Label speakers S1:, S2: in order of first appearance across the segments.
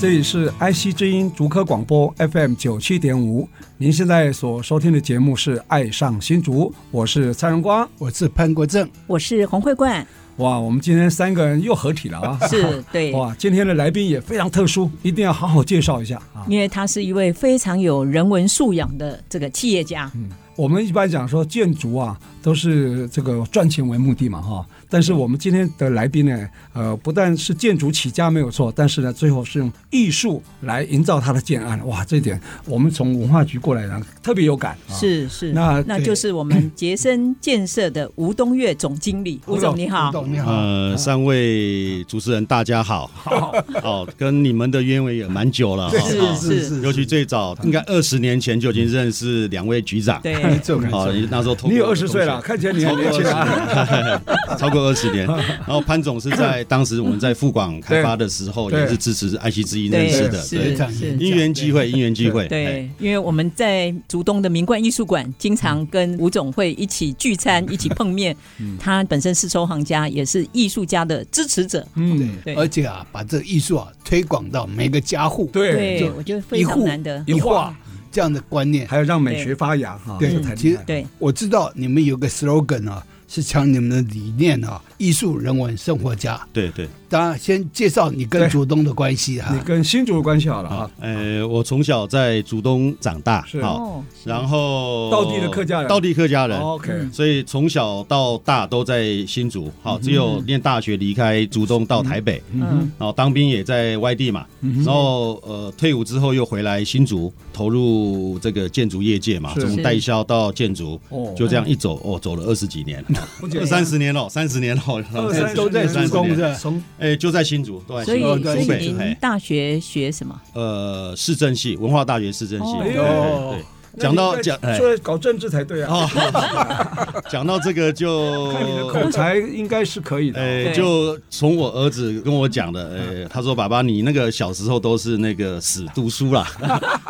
S1: 这里是 IC 之音竹科广播 FM 九七点五，您现在所收听的节目是《爱上新竹》，我是蔡荣光。
S2: 我是潘国正，
S3: 我是洪慧 冠，
S1: 哇，我们今天三个人又合体了啊！
S4: 是对，
S1: 哇，今天的来宾也非常特殊，一定要好好介绍一下啊！
S4: 因为他是一位非常有人文素养的这个企 业家，
S1: 我们一般讲说建筑啊，都是这个赚钱为目的嘛，哈。但是我们今天的来宾呢，呃，不但是建筑起家没有错，但是呢，最后是用艺术来营造他的建案，哇，这一点我们从文化局过来呢，特别有感。啊、
S4: 是是，
S1: 那
S4: 那就是我们杰森建设的吴东岳总经理， 吴总你好，
S2: 董你好，
S5: 呃，三位主持人大家好，
S1: 好，
S5: 哦，跟你们的渊源也蛮久了，
S2: 对
S5: 哦
S4: 是
S5: 哦
S4: 是
S5: 尤其最早应该二十年前就已经认识两位局长，
S4: 对，
S2: 没错没
S5: 哦
S2: 错，，
S5: 那时候通过
S1: 你有二十岁了，，看起来你还
S5: 超过
S1: 年
S5: 二
S1: 轻啊。
S5: 十年， 超过二十 年。然后潘总是在当时我们在富广开发的时候，
S1: 对
S5: 也是支持爱惜之音
S4: 对
S5: 认识的，
S4: 是
S5: 对，
S2: 长
S4: 是
S5: 因缘机会，因缘机会，哎，
S4: 对，因为我们在竹东的民冠艺术馆，经常跟吴总会一起聚餐，一起碰面。他本身是收藏家，也是艺术家的支持者。
S1: 嗯，
S4: 对
S2: 而且啊，把这个艺术啊推广到每个家户，
S1: 对，
S4: 对，我觉得非
S2: 一
S4: 常
S2: 户
S4: 难得。
S1: 一
S2: 一
S1: 画
S2: 画这样的观念。
S1: 还有让美学发芽哈，
S2: 对
S1: 这个太厉害了。
S4: 对，
S2: 我知道你们有个 slogan 啊，是讲你们的理念啊，艺术、人文、生活家。
S5: 对对。
S2: 当然，先介绍你
S1: 对
S2: 跟竹东的关系哈
S1: 你。跟新竹的关系好了啊，
S5: 呃，我从小在竹东长大，
S1: 是
S5: 好，
S4: 哦，
S5: 然后
S1: 道地的客家人哦
S5: 道地客家人，嗯
S1: OK，
S5: 所以从小到大都在新竹，好，
S1: 嗯
S5: 只有念大学离开竹东到台北，
S4: 嗯，
S5: 然后当兵也在外地嘛，
S1: 嗯
S5: 然后呃退伍之后又回来新竹，投入这个建筑业界嘛，
S1: 是
S5: 从代销到建筑，
S1: 哦
S5: 就这样一走哦，走了二十几年，
S1: 不简
S5: 二
S1: 单
S5: 三十年了，三十年了，
S1: 二三十
S2: 都在
S1: 年
S2: 竹东
S5: 30
S2: 是
S5: 年
S2: 吧
S1: 从
S5: 哎，就在新竹，都在
S4: 所以
S5: 新竹，
S2: 对
S4: 所以
S5: 竹北，
S4: 您
S5: 哎
S4: 大学学什么？
S5: 呃，市政系，文化大学市政系，
S1: 哎
S4: 哦
S5: 对对对。讲到讲哎
S1: 说搞政治才对啊，
S5: 哦，讲到这个就
S1: 看你的口才应该是可以的哦。
S5: 呃，就从我儿子跟我讲的，呃，他说：“爸爸，你那个小时候都是那个死读书 啦，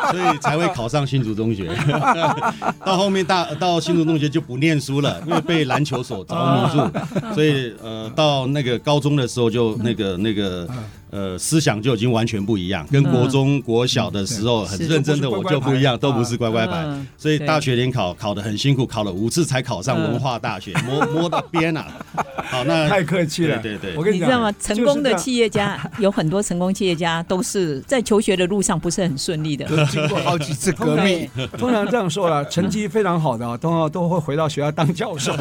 S5: 所以才会考上新竹中 学。到后面大到新竹中学就不念书了，因为被篮球所着迷住，所以呃，到那个高中的时候就那个那个呃思想就已经完全不一样，跟国中国小的时候很认真的我就不一样，都不嗯是乖乖牌。
S4: 嗯
S5: 所以大学联考考得很辛苦，考了五次才考上文化大学， 摸摸到边啊。好，那
S1: 太客气了，
S5: 对对对
S1: 我跟
S4: 你
S1: 讲，
S4: 知道吗？成功的
S1: 气
S4: 企业家有很多，成功企业家都是在求学的路上不是很顺利的。
S2: 经过好几次革
S4: 对
S2: 命，
S1: 通常这样说 了，成绩非常好的啊，通常都会回到学校当教授。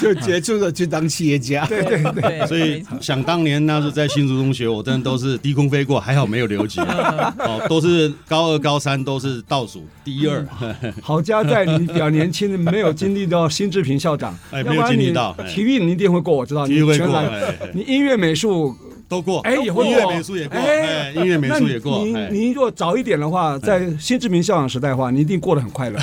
S2: 就结束了，去当企业家。
S1: 对对对，
S4: 对，
S5: 所以想当年那时候在新竹中学，我真的都是低空飞过，还好没有留级，哦，都是高二、高三都是倒数第一二，
S1: 好家在你比较年轻，没有经历到辛志平校长，
S5: 哎
S1: 要
S5: 没有
S1: 不然
S5: 经历
S1: 你
S5: 到哎
S1: 体育你一定会过，我知道，
S5: 体
S1: 你
S5: 育会
S1: 全
S5: 过，
S1: 来，
S5: 哎哎
S1: 你音乐美术
S5: 都过，
S1: 哎也会过
S5: 音乐美术也过，哎，音乐美术也过
S1: 那，你
S5: 哎
S1: 你你如果早一点的话，在新志明校长时代的话，你一定过得很快乐。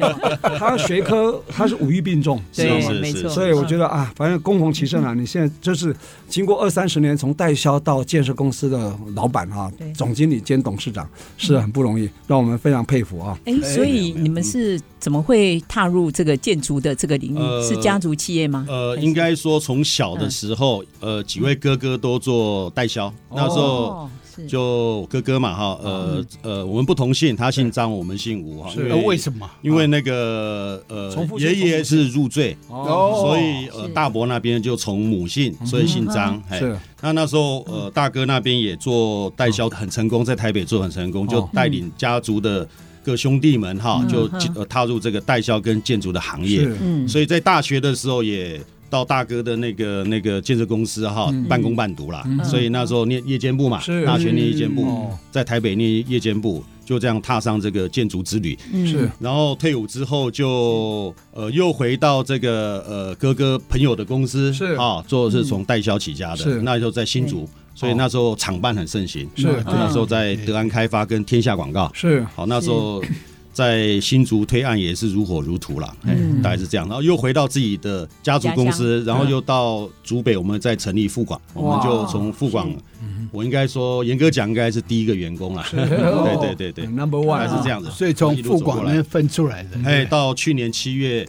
S1: 他学科他是五育并重，
S5: 是
S4: 对，
S5: 是
S4: 没错。
S5: 是
S1: 所以我觉得啊，反正攻逢其胜啊，你现在就是经过二三十年，从代销到建设公司的老板啊
S4: 对，
S1: 总经理兼董事长，是很不容易，让我们非常佩服啊。
S4: 哎，所以你
S5: 嗯
S4: 们是怎么会踏入这个建筑的这个领域？
S5: 呃
S4: 是家族企业吗？
S5: 呃，
S4: 还是
S5: 应该说从小的时候，呃，几位哥哥都做代销，那时候
S4: 哦是
S5: 就我哥哥嘛哈，呃呃，我们不同姓，他姓张，我们姓吴哈，
S1: 嗯哦是哦
S5: 因
S2: 呃
S5: 为
S2: 为什么？
S5: 因为那个呃
S1: 重复姓
S5: 爷爷
S1: 重复姓
S5: 是入赘，
S1: 哦，嗯
S5: 所以呃
S4: 是
S5: 大伯那边就从母姓，所以姓张。嘿
S1: 是
S5: 那那时候呃大哥那边也做代销很成功，在台北做很成功，
S1: 哦
S5: 就带领家族的各兄弟们哈，
S4: 嗯
S5: 就
S4: 嗯
S5: 进呃踏入这个代销跟建筑的行业。
S1: 是
S4: 嗯，
S5: 所以在大学的时候也。到大哥的那个那个建设公司哈，
S1: 嗯
S5: 半工半读啦，所以那时候念夜间部嘛
S1: 是，
S5: 大学念夜间部，
S1: 嗯哦
S5: 在台北念夜间部，就这样踏上这个建筑之旅。
S4: 嗯
S1: 是
S5: 然后退伍之后就呃又回到这个呃哥哥朋友的公司
S1: 是
S5: 啊，做是从代销起家的，
S1: 是
S5: 那时候在新竹，所以那时候厂办很盛行，
S1: 是
S5: 对那时候在德安开发跟天下广告，
S1: 是
S5: 好那时候。在新竹推案也是如火如荼啦，哎、大概是这样。然后又回到自己的家族公司，然后又到竹北，我们再成立富广，我们就从富广，我应该说严格讲应该是第一个员工啦。 对对对对，
S1: ，Number
S5: 大概
S1: One 啊
S5: 是这样子。
S2: 所以从
S5: 一路
S2: 富
S5: 走过
S2: 广
S5: 来
S2: 那分出来的，
S5: 哎，到去年七月
S1: 嗯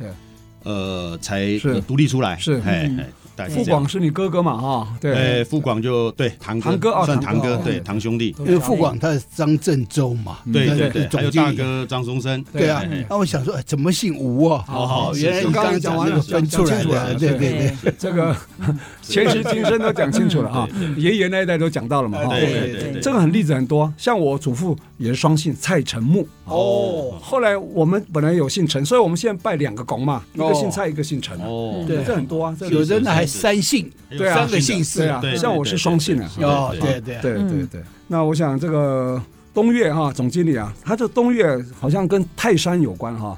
S1: 对，
S5: 呃，才
S1: 是
S5: 呃独立出来，
S1: 是
S5: 哎
S4: 嗯，
S5: 哎大概
S1: 富
S5: 是这样
S1: 广。是你哥哥嘛哈？
S5: 哎，
S1: 对，
S5: 富广就对堂
S1: 堂哥哦
S5: 算
S1: 堂
S5: 堂
S1: 哥
S5: 哥
S1: 哦，嗯
S5: 对
S1: 对
S5: 堂兄弟，
S1: 都
S2: 因为富广他是张振洲嘛，
S5: 对
S2: 他
S5: 对
S2: 是
S5: 对，还
S2: 总
S5: 有
S2: 经
S5: 大
S2: 理。
S5: 哥张松生，
S2: 对啊
S5: 哎，
S2: 那我想说，哎怎么姓吴啊？
S5: 好好是
S2: 原来
S5: 是
S2: 你刚刚讲完了，分出来的，对对对，
S1: 这个前世今生都讲清楚了啊
S5: 对，
S1: 爷爷那一代都讲到了嘛哈。
S5: 对
S2: 哎对
S5: 对
S2: 对
S5: 对对，
S1: 这个很例子很多，像我祖父也是双姓蔡成木
S2: 哦
S1: 后来我们本来有姓陈，所以我们现在拜两个拱嘛，一个姓蔡，一个姓陈。
S5: 哦，
S2: 对
S1: 这很多啊，这
S2: 有的呢还三姓，
S5: 还有
S1: 对啊
S2: 三
S5: 张
S2: 个
S5: 姓
S2: 姓
S5: 的
S2: 氏
S1: 对啊
S5: 对，
S1: 像我是双姓啊。
S5: 对对
S2: 哦，
S5: 对嗯
S2: 对对
S1: 对对对，那我想这个。东岳哈、总经理啊，他这东岳好像跟泰山有关 哈、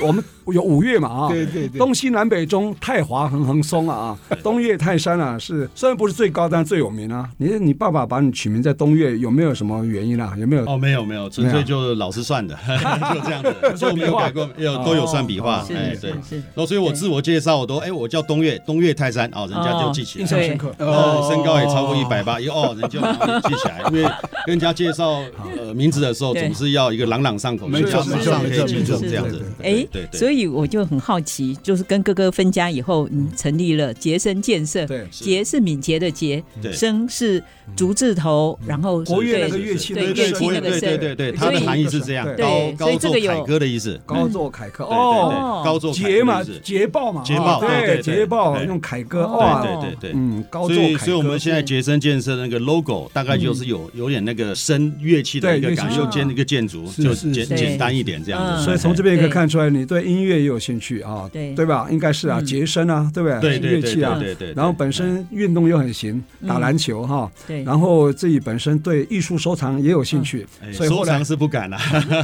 S1: 我们有五岳嘛啊，
S2: 对对对，
S1: 东西南北中，泰华横横松啊啊！东岳泰山啊，是虽然不是最高，但是最有名啊。你你爸爸把你取名在东岳，有没有什么原因啊？有没有？
S5: 哦，没有没有，纯
S1: 没
S5: 粹
S1: 有
S5: 就老师算的， 就这 样的，所以我没有改过，有
S1: 哦
S5: 都有算笔画，哎
S4: 哦是
S5: 对
S4: 是。是，
S5: 然后所以我自我介绍我都哎，我叫东岳，东岳泰山哦，人家就记起来
S1: 印
S5: 了。
S1: 象深刻。
S5: 哦，身高也超过一百八，哦，人就记起来，因为跟人家介绍呃名字的时候，
S4: 对
S5: 总是要一个朗朗上口，
S2: 没错
S5: 人家马上可以记住
S4: 没错
S5: 这样子。
S4: 哎
S5: 对对，对，
S4: 所以我就很好奇，就是跟哥哥分家以后，你成立了杰生建设，
S1: 对，
S5: 是
S4: 杰是敏捷的捷，
S5: 对嗯
S4: 生是竹字头，然后
S1: 国乐
S4: 对
S1: 那个乐器，
S4: 对
S5: 对
S4: 乐
S5: 对
S4: 器
S5: 国
S4: 那
S5: 乐
S4: 个
S5: 对
S4: 声
S5: 对对对，
S4: 所
S5: 它
S4: 以
S5: 的含义是这样，高
S4: 对所以
S5: 高
S4: 这
S5: 奏
S4: 个有
S5: 凯歌的意思，
S1: 高奏凯歌
S5: 对对
S1: 哦，
S5: 对，高奏凯
S1: 捷
S5: 歌
S1: 嘛
S5: 的意，思。
S1: 捷报嘛，
S5: 捷报
S1: 哦
S5: 对对
S1: 对，
S5: 对
S1: 捷报
S5: 对
S1: 用凯歌
S4: 对
S1: 哇，
S5: 对对对对。
S1: 嗯，高
S5: 所
S1: 奏
S5: 以，
S1: 凯
S5: 所以我
S1: 歌
S5: 们现在杰森建设那个 logo 大概就是有有点那个声乐器的一
S1: 对
S5: 个
S1: 乐器
S5: 感，
S1: 是
S5: 又兼一个建筑，
S2: 是
S5: 就是简
S4: 是
S5: 简单一点这样
S4: 嗯
S5: 子。
S1: 所以从这
S5: 边
S1: 边也可以
S4: 对
S1: 看出来，你对音乐也有兴趣啊，
S4: 对
S1: 对吧？应该是啊，
S4: 嗯
S1: 杰森啊，对不对？
S5: 对对
S1: 乐
S5: 对
S1: 器
S5: 对
S1: 啊，
S5: 对对，
S1: 然后本身运动又很行，打篮球哈，
S4: 对，
S1: 然后自己本身对艺术收藏也有兴趣，
S5: 哎
S1: 所以后
S5: 收
S1: 来
S5: 藏是不敢啊 了，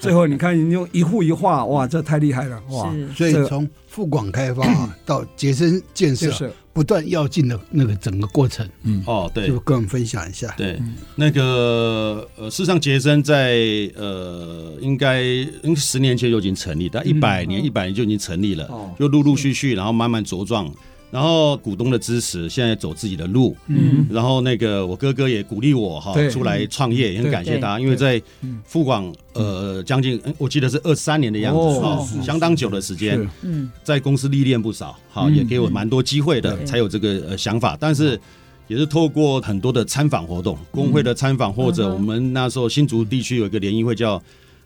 S1: 最后你看你用一户一画，哇，这太厉害了哇！
S4: 是
S2: 所以
S1: 这
S2: 从富广开发啊到杰森建
S1: 就
S2: 设，
S1: 是
S2: 不断要进的那个整个过程，
S1: 嗯
S5: 哦，对，
S2: 就跟我们分享一下。
S5: 对，那个呃，事实上，杰森在呃，应该应该十年前就已经成立，但一百年、一百年就已经成立了，
S1: 嗯哦
S5: 就陆陆续续，然后慢慢茁壮，然后股东的支持，现在走自己的路，
S1: 嗯，
S5: 然后那个我哥哥也鼓励我哈
S1: 对，嗯
S5: 出来创业，也很感谢他，因为在富广呃将近嗯我记得是二三年的样子
S1: 哦
S5: 哈
S1: 是是，
S5: 相当久的时间
S1: 是，
S4: 嗯，
S5: 在公司历练不少，哈，
S1: 嗯
S5: 也给我蛮多机会的，
S4: 对
S5: 才有这个呃想法。但是也是透过很多的参访活动，
S4: 嗯
S5: 工会的参访，或者我们那时候新竹地区有一个联谊会叫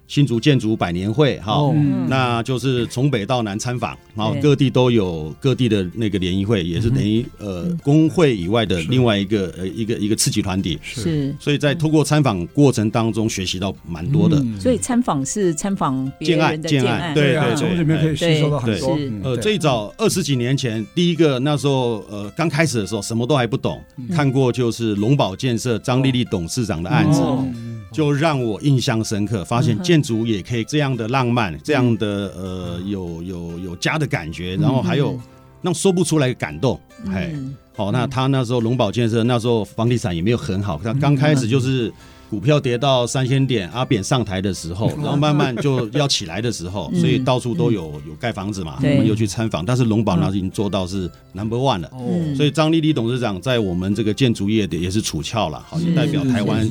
S5: 新竹建筑百年会，哈
S1: 哦。
S4: 嗯
S5: 那就是从北到南参访，然后
S4: 对嗯
S5: 各地都有各地的那个联谊会，也是等于呃工会以外的另外一个呃一个一个刺激团体，
S4: 是，
S5: 所以在通过参访过程当中学习到蛮多的，
S1: 嗯
S4: 所以参访是参访别
S5: 建案
S4: 人的
S5: 建案
S4: 案，
S5: 对
S1: 对啊，从这边可以吸收到很多。
S4: 对
S1: 嗯
S5: 呃，
S1: 对
S5: 最早二十几年前，第一个那时候呃刚开始的时候，什么都还不懂，
S1: 嗯
S5: 看过就是龙宝建设张丽丽董事长的案子，
S1: 哦嗯
S5: 就让我印象深刻，发现建筑也可以这样的浪漫，这样的呃有有有家的感觉，然后
S1: 嗯
S5: 还有那种说不出来的感动，哎、
S4: 嗯
S5: 好、那他那时候龙宝建设那时候房地产也没有很好，他刚开始就是股票跌到三千点，阿扁上台的时候，然后慢慢就要起来的时候，所以到处都有有盖房子嘛，我
S4: 对
S5: 们又去参访，但是龙宝呢已经做到是 number one
S1: 哦
S5: 了。
S4: 嗯
S5: 哦所以张丽丽董事长在我们这个建筑业的也是楚翘了，好，也代表台湾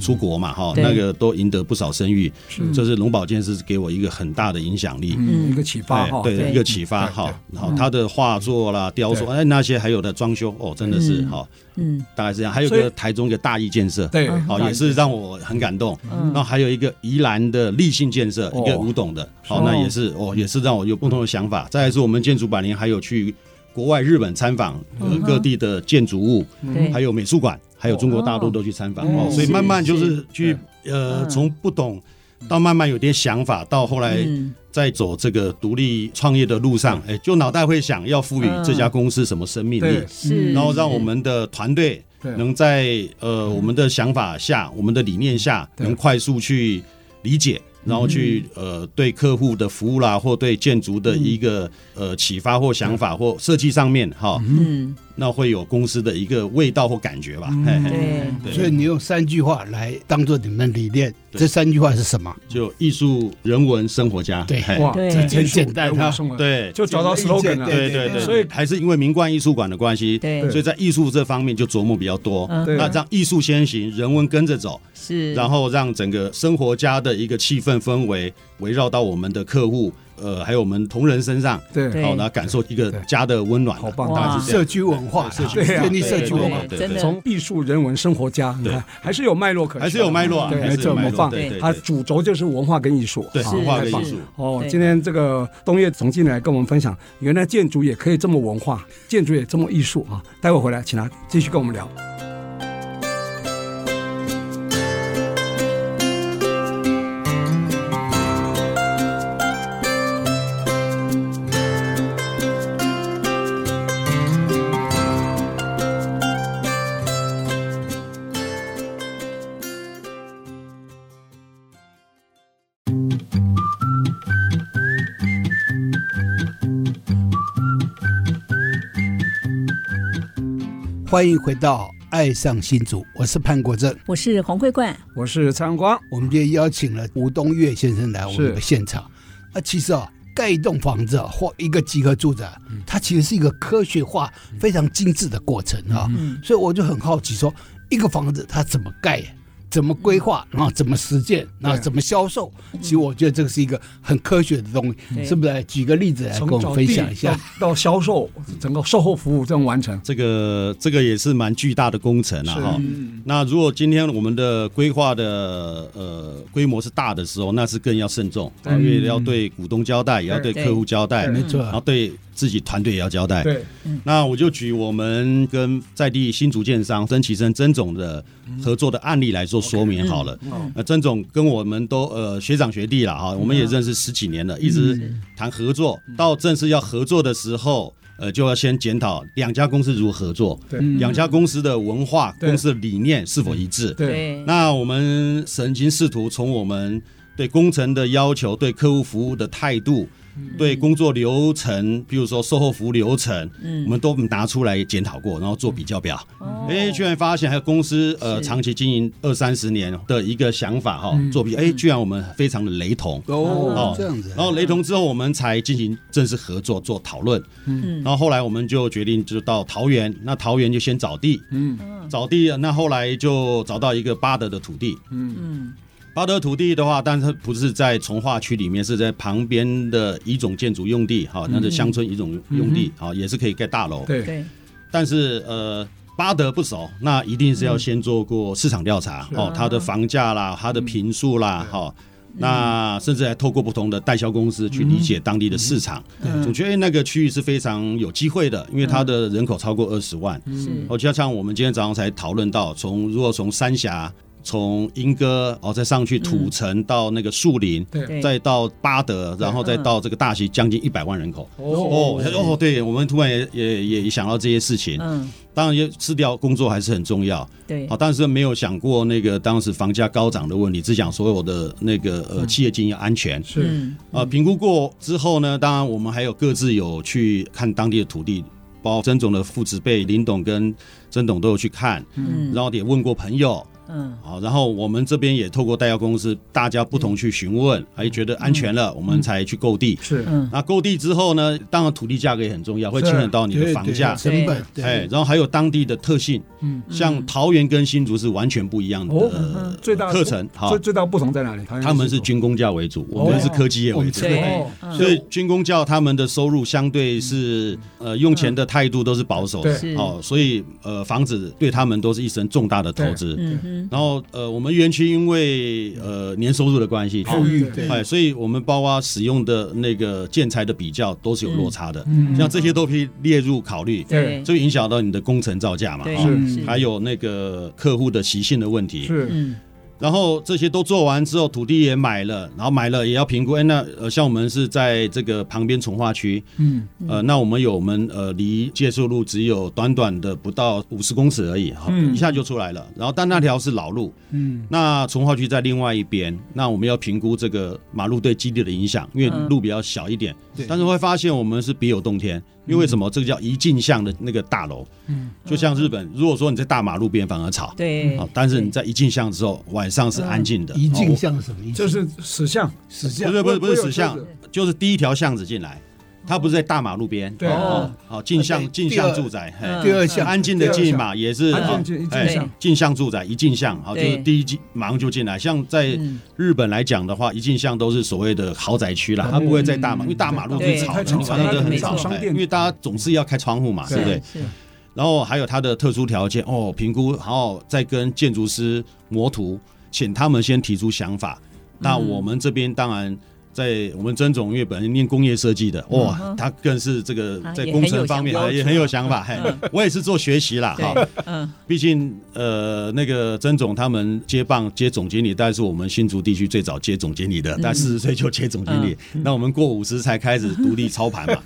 S5: 出国嘛，哈，
S4: 对
S5: 那个都赢得不少声誉
S1: 是，
S5: 这是龙宝建设是给我一个很大的影响力。
S1: 嗯，一个启发
S5: 哎
S1: 哈，
S5: 对
S4: 对
S5: 一个启发哈，好，他的画作啦、雕塑，
S1: 对
S5: 哎，那些还有的装修，哦，真的是好，
S4: 嗯
S5: 大概是这样。还有一
S1: 所以
S5: 个台中一个大义建设，
S1: 对，
S5: 好，也是让我很感动。
S4: 嗯
S5: 然后还有一个宜兰的立信建设，
S1: 哦
S5: 一个古董的，好，
S4: 哦
S5: 那也是哦，也是让我有不同的想法。再来是我们建筑百年还有去国外日本参访呃
S4: 嗯哼
S5: 各地的建筑物，
S4: 对，
S5: 还有美术馆，还有中国大陆都去参访
S1: 哦
S5: 哦，所以
S4: 是
S5: 慢慢就是去呃
S4: 嗯
S5: 从不懂到慢慢有点想法，到后来
S4: 嗯
S5: 在走这个独立创业的路上，哎，就脑袋会想要赋予这家公司什么生命力
S1: 嗯对，，嗯
S4: 是，
S5: 然后让我们的团队
S1: 对
S5: 能在呃我们的想法下、我们的理念下，
S1: 嗯对嗯
S5: 能快速去理解，然后去呃对客户的服务啦，或对建筑的一个
S1: 嗯
S5: 呃启发或想法或设计上面哈，
S4: 嗯
S5: 那会有公司的一个味道或感觉
S1: 嗯
S5: 吧。嘿嘿
S4: 对，
S5: 嗯对
S2: 所以你用三句话来当做你们的理念，
S5: 对
S2: 这三句话是什么？
S5: 就艺术、人文、生活家。
S2: 对
S5: 嘿
S1: 哇，
S4: 对
S1: 这
S2: 很简单啊
S1: 生活
S5: 对
S1: 就找到 slogan 了，
S5: 对对对，
S1: 所以
S5: 还是因为民冠艺术馆的关系，
S4: 对
S5: 所以在艺术这方面就琢磨比较多。
S4: 嗯
S1: 对
S5: 那让艺术先行，人文跟着走，
S4: 是，
S5: 然后让整个生活家的一个气氛氛围围绕到我们的客户，呃，还有我们同仁身上，
S1: 对
S4: 对
S5: 好，那感受一个
S1: 对
S5: 家的温暖，
S1: 好棒
S5: 大概
S4: 哇
S5: 是这样
S2: 社区文化，
S5: 对社区
S1: 文化
S2: 建立社
S4: 对
S2: 区文化
S5: 对
S4: 真的
S1: 从艺术、人文、生活家，你看还是有脉络可，
S5: 还是有脉络啊，
S1: 对，
S5: 还
S1: 没
S5: 是有
S1: 错，
S5: 脉
S1: 很
S5: 络，
S1: 棒。
S5: 对对
S1: 它
S5: 对
S1: 主轴就是文化跟艺术，
S5: 对，
S1: 啊
S5: 文化
S1: 太
S5: 跟
S1: 棒
S5: 艺
S1: 了
S5: 术
S4: 是，
S1: 哦，
S4: 对
S1: 今天这个东岳总进来跟我们分享，原来建筑也可以这么文化，建筑也这么艺术啊！待会回来，请他继续跟我们聊。
S2: 欢迎回到《爱上新竹》，我是潘国正。
S4: 我是黄桂冠，
S1: 我是蔡阳光，
S2: 我们今天邀请了吴东岳先生来我们的现场。啊，其实啊，盖一栋房子啊或一个集合住宅，
S4: 嗯
S2: 它其实是一个科学化、非常精致的过程啊。
S4: 嗯
S2: 所以我就很好奇说，一个房子它怎么盖，啊怎么规划，
S4: 嗯
S2: 然后怎么实践，然后怎么销售？其实我觉得这个是一个很科学的东
S4: 对
S2: 西，是不是？举个例子来跟
S1: 从
S2: 我
S1: 找
S2: 们
S1: 地
S2: 分享一下。
S1: 到到销售，整个售后服务这样完成。
S5: 这个这个也是蛮巨大的工程啊，
S1: 是嗯
S5: 哈。那如果今天我们的规划的呃规模是大的时候，那是更要慎重，
S1: 对
S5: 因为要对股东交代，也要对
S4: 对
S5: 客户交代，
S2: 没
S5: 然
S2: 错
S5: 后，对自己团队也要交代。
S1: 对，
S5: 那我就举我们跟在地新竹建商曾启生曾总的合作的案例来做说明好了。
S1: 嗯
S5: 呃，曾总跟我们都呃学长学弟了哈，我们也认识十几年
S1: 嗯
S5: 了，一直谈合作，到正式要合作的时候。呃，就要先检讨两家公司如何合作，
S1: 对
S5: 两家公司的文化、
S1: 嗯对
S5: 公司的理念是否一致。
S1: 对，
S5: 那我们曾经试图从我们对工程的要求、对客户服务的态度、对工作流程，比如说售后服务流程，我们都拿出来检讨过，然后做比较表。
S4: 哦
S5: 哎，居然发现还有公司呃
S4: 嗯是
S5: 长期经营二三十年的一个想法哈，做比哎，居然我们非常的雷同。
S2: 哦
S5: 哦，
S2: 这样子
S5: 然。后雷同之后，我们才进行正式合作做讨论。嗯，然后后来我们就决定就到桃园，那桃园就先找地，
S1: 嗯，
S5: 找地，那后来就找到一个巴德的土地，嗯
S4: 嗯，
S5: 巴德土地的话，但是它不是在从化区里面，是在旁边的乙种建筑用地，哈、那是乡村乙种用地，啊、也是可以盖大楼，
S1: 对，
S4: 对，
S5: 但是呃。巴德不熟，那一定是要先做过市场调查、哦，它的房价啦，它的平数啦，哈、那甚至还透过不同的代销公司去理解当地的市场，总觉得那个区域是非常有机会的，因为它的人口超过二十万，
S4: 是
S5: 哦，就像我们今天早上才讨论到，从如果从三峡、从莺歌，哦，再上去土城到那个树林，
S4: 嗯对
S5: 再到巴德，然后再到这个大溪，将近一百万人口。
S1: 哦，
S5: 哦，他说哦，对，我们突然也也也也想到这些事情。
S4: 嗯，
S5: 当然，也吃掉工作还是很重要。
S4: 对
S5: 好，，但是没有想过那个当时房价高涨的问题，只讲所有的那个呃企业经营安全。
S1: 是，
S4: 嗯
S5: 呃，评估过之后呢，当然我们还有各自有去看当地的土地，包括曾总的父子辈林董跟曾董都有去看，
S4: 嗯
S5: 然后也问过朋友，
S4: 嗯，
S5: 好，然后我们这边也透过代销公司，大家不同去询问，还觉得安全
S1: 嗯
S5: 了，我们才去购地。
S1: 是
S4: 嗯
S5: 那购地之后呢，当然土地价格也很重要，会牵扯到你的房价，
S2: 成本，
S5: 哎
S2: 对，，
S5: 然后还有当地的特性，
S1: 嗯
S5: 像桃园跟新竹是完全不一样的
S1: 哦
S5: 呃
S1: 最大的
S5: 课程，哈
S1: 最，最哦大不同在哪里？
S5: 他们是军工教为主，我们是科技业
S2: 我
S5: 为
S2: 们
S5: 主
S2: 这。个
S4: 对嗯
S5: 所以军工教他们的收入相对是呃用钱的态度都是保守的
S1: 对
S4: 是，
S5: 哦，所以呃房子对他们都是一生重大的投资。
S4: 嗯哼，
S5: 然后呃，我们园区因为呃年收入的关系，
S2: 富裕，对，
S5: 哎，所以我们包括使用的那个建材的比较都是有落差的，
S1: 嗯
S5: 像这些都可以列入考虑，
S4: 对
S5: 就影响到你的工程造价嘛，
S4: 对
S5: 哈
S1: 是
S4: 是
S5: 还有那个客户的习性的问题。
S1: 是
S4: 嗯
S5: 然后这些都做完之后，土地也买了，然后买了也要评估，哎，那呃像我们是在这个旁边从化区，
S1: 嗯
S5: 呃，那我们有我们呃离介寿路只有短短的不到五十公尺而已，哈、
S1: 嗯
S5: 一下就出来了。然后但那条是老路，
S1: 嗯
S5: 那从化区在另外一边，那我们要评估这个马路对基地的影响，因为
S4: 嗯
S5: 路比较小一点，
S2: 对
S5: 但是会发现我们是别有洞天，因为什么？这个叫一进巷的那个大楼，
S1: 嗯
S5: 就像日本，如果说你在大马路边反而吵，
S4: 对
S5: 嗯
S4: 嗯
S5: 好，，哦但是你在一进巷之后，晚上是安静的，
S2: 一
S5: 哦
S2: 镜像是什么意思？
S1: 就是死相，
S2: 实际
S5: 不
S2: 上
S5: 是不是不
S1: 不会
S5: 是
S1: 有
S5: 死巷
S1: 车子，
S5: 就是第一条巷子进来，它不是在大马路边，
S1: 对
S5: 哦，好进巷
S2: 对
S5: 进
S2: 第
S5: 巷
S2: 二
S5: 住宅，嘿
S4: 嗯
S2: 第二项
S5: 安静的进嘛，也是
S1: 安静进
S5: 哦哎
S1: 进巷
S5: 进巷住宅一进巷，好，就
S4: 对
S5: 是第一进马上就进来。像在
S4: 嗯
S5: 日本来讲的话，一进巷都是所谓的豪宅区啦，它不会在大马，因为大马路
S4: 对
S5: 最吵
S1: 太
S5: 的，
S1: 吵
S5: 晚上就很吵
S4: 没错，
S5: 哎
S1: 商店
S5: 因为大家总是要开窗户嘛，
S1: 对
S5: 对不对？
S4: 是
S5: 然后还有它的特殊条件哦，评估，然后再跟建筑师磨图，请他们先提出想法。那
S4: 嗯
S5: 我们这边当然。在我们曾总，因为本身念工业设计的，哇、
S4: 嗯哼
S5: 他更是这个
S4: 啊
S5: 在
S4: 也
S5: 工
S4: 很有
S5: 程方面
S4: 想法
S5: 也很有想法。嘿，我也是做学习啦，哈。
S4: 对，嗯
S5: 毕竟呃，那个曾总他们接棒接总经理，大概是我们新竹地区最早接总经理的，
S4: 嗯
S5: 大概四十岁就接总经理。那我们过五十才开始独立操 盘嘛，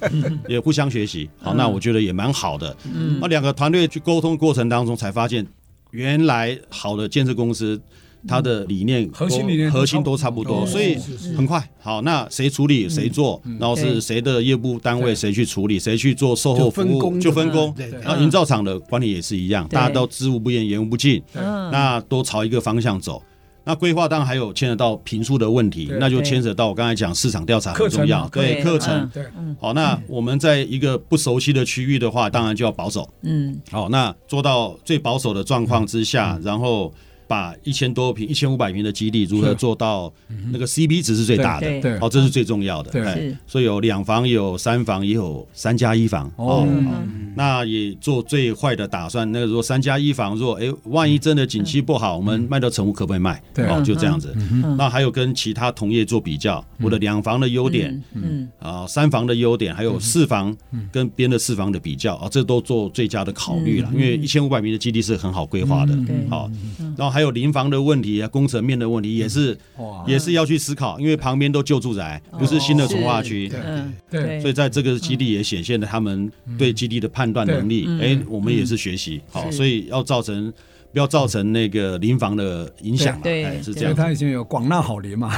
S5: 也互相学习。好，那我觉得也蛮好的。那两个团队去沟通过程当中，才发现原来好的建设公司。它的理念
S1: 核
S5: 都
S1: 心理念都
S5: 核心
S1: 差不
S5: 都差不多，
S1: 多
S5: 所以
S2: 是是
S5: 很快。好，那谁处理谁做，然后
S4: 对
S5: 是谁的业务单位
S1: 对
S5: 谁去处理，谁去做售后
S2: 就
S5: 服
S2: 分
S5: 务，
S2: 工
S5: 就分工。
S2: 对对
S5: 然后营造厂的管理也是一样，
S4: 对
S5: 大家都知无不言，言无不尽，
S4: 嗯，
S5: 那都朝一个方向走。那规划当然还有牵扯到评述的问题
S1: 对，
S5: 那就牵扯到我刚才讲市场调查
S1: 课
S5: 很
S1: 程嘛啊
S5: 重要，对
S4: 对
S5: 课程
S4: 嗯。
S1: 对
S5: 好，那我们在一个不熟悉的区域的话，当然就要保守。
S4: 嗯
S5: 好，那做到最保守的状况之下，
S1: 嗯
S5: 然后把一千多平、一千五百平的基地如何
S1: 是
S5: 做到那个 CB 值是最大的
S4: 对，
S1: 嗯对
S5: 好，这是最重要
S1: 对
S5: 的。哎
S4: 是
S5: 所以有两房，也有三房，也有三加一房。
S1: 哦
S5: 哦，
S4: 嗯
S5: 那也做最坏的打算。那个如果三加一房，如果哎万一真的景气不好，我们卖到成屋可不可以卖？
S1: 对
S5: 哦
S1: 嗯，
S5: 就这样子。那还有跟其他同业做比较，我的两房的优点
S4: 嗯
S5: 啊，三房的优点，还
S1: 嗯
S5: 有四房跟别人的四房的比较啊，这都做最佳的考虑了。
S1: 嗯
S5: 因为一千五百平的基地是很好规划的
S4: 对，
S5: 好。然后还有邻房的问题啊，工程面的问题也是
S1: 嗯哇哦
S5: 也是要去思考，因为旁边都旧住宅，不是新的从化区。
S2: 对
S4: 嗯
S1: 对
S5: 所以在这个基地也显现了他们对基地的判断能力
S4: 嗯。
S5: 哎
S4: 嗯，
S5: 我们也是学习，好，
S4: 是
S5: 所以要造成不要造成那个临房的影响嘛，
S4: 对
S5: 哎，是
S1: 因
S5: 这
S1: 为
S5: 样子。
S1: 他已经有广纳好邻嘛，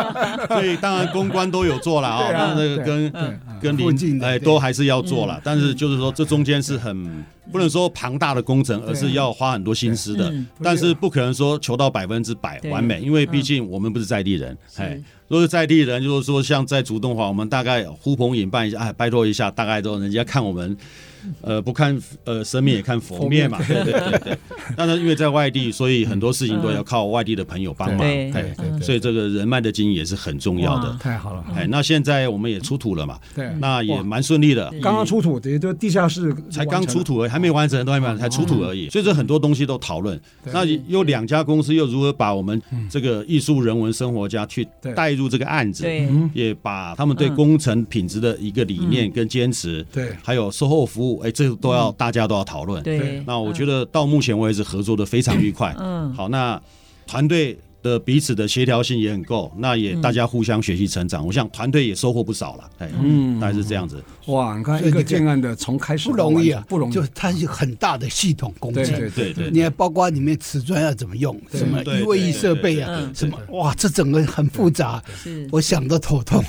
S5: 所以当然公关都有做了啊，
S1: 对啊
S5: 那个跟跟
S2: 附近
S5: 邻
S2: 的
S5: 哎
S2: 对
S5: 都还是要做了，但是就是说这中间是很不能说庞大的工程，而是要花很多心思的
S4: 嗯，
S5: 但是不可能说求到百分之百
S4: 对
S5: 完美，因为毕竟我们不是在地人，哎
S4: 是，
S5: 如果是在地人，就是说像在竹东话，我们大概呼朋引伴一下，哎，拜托一下，大概都人家看我们，呃，不看呃神面也看佛面嘛，对对对对。但是因为在外地，所以很多事情都要靠外地的朋友帮忙，
S4: 对
S5: 哎
S1: 对对，对
S5: 所以这个人脉的经营也是很重要的
S4: 哇。
S1: 嗯太好了。
S5: 哎，那现在我们也出土了嘛，
S1: 对，
S5: 那也蛮顺利的。
S1: 刚刚出土，也就地下室
S5: 才刚出土而已，还没完成，都还没完成才出土而已，所以这很多东西都讨论。
S1: 对
S5: 那有两家公司又如何把我们
S1: 嗯
S5: 这个艺术人文生活家去
S1: 对
S5: 带入这个案子？
S1: 嗯
S4: 对
S5: 也把他们对工程品质的一个理念跟坚持，
S1: 对
S5: 还有售后服务，哎，这都要大家都要讨论。
S4: 对，
S5: 那我觉得到目前为止合作的非常愉快。
S4: 嗯
S5: 好，那团队的彼此的协调性也很够，那也大家互相学习成长，我想团队也收获不少了。哎，嗯，大概是这样子。
S1: 哇，你看
S2: 所以
S1: 一个
S2: 你看
S1: 建案的从开始
S2: 不容易
S1: 到完
S2: 啊
S1: 成，不容易，
S2: 就是它有很大的系统工
S1: 对
S2: 程。
S1: 对
S5: 对对，
S2: 你还包括里面瓷砖要怎么用，
S1: 对
S2: 什么
S5: 对
S2: 一位一设
S4: 对
S2: 备
S4: 对
S2: 啊
S4: 对，
S2: 什么哇，这整个很复杂，
S4: 是
S2: 我想都头痛。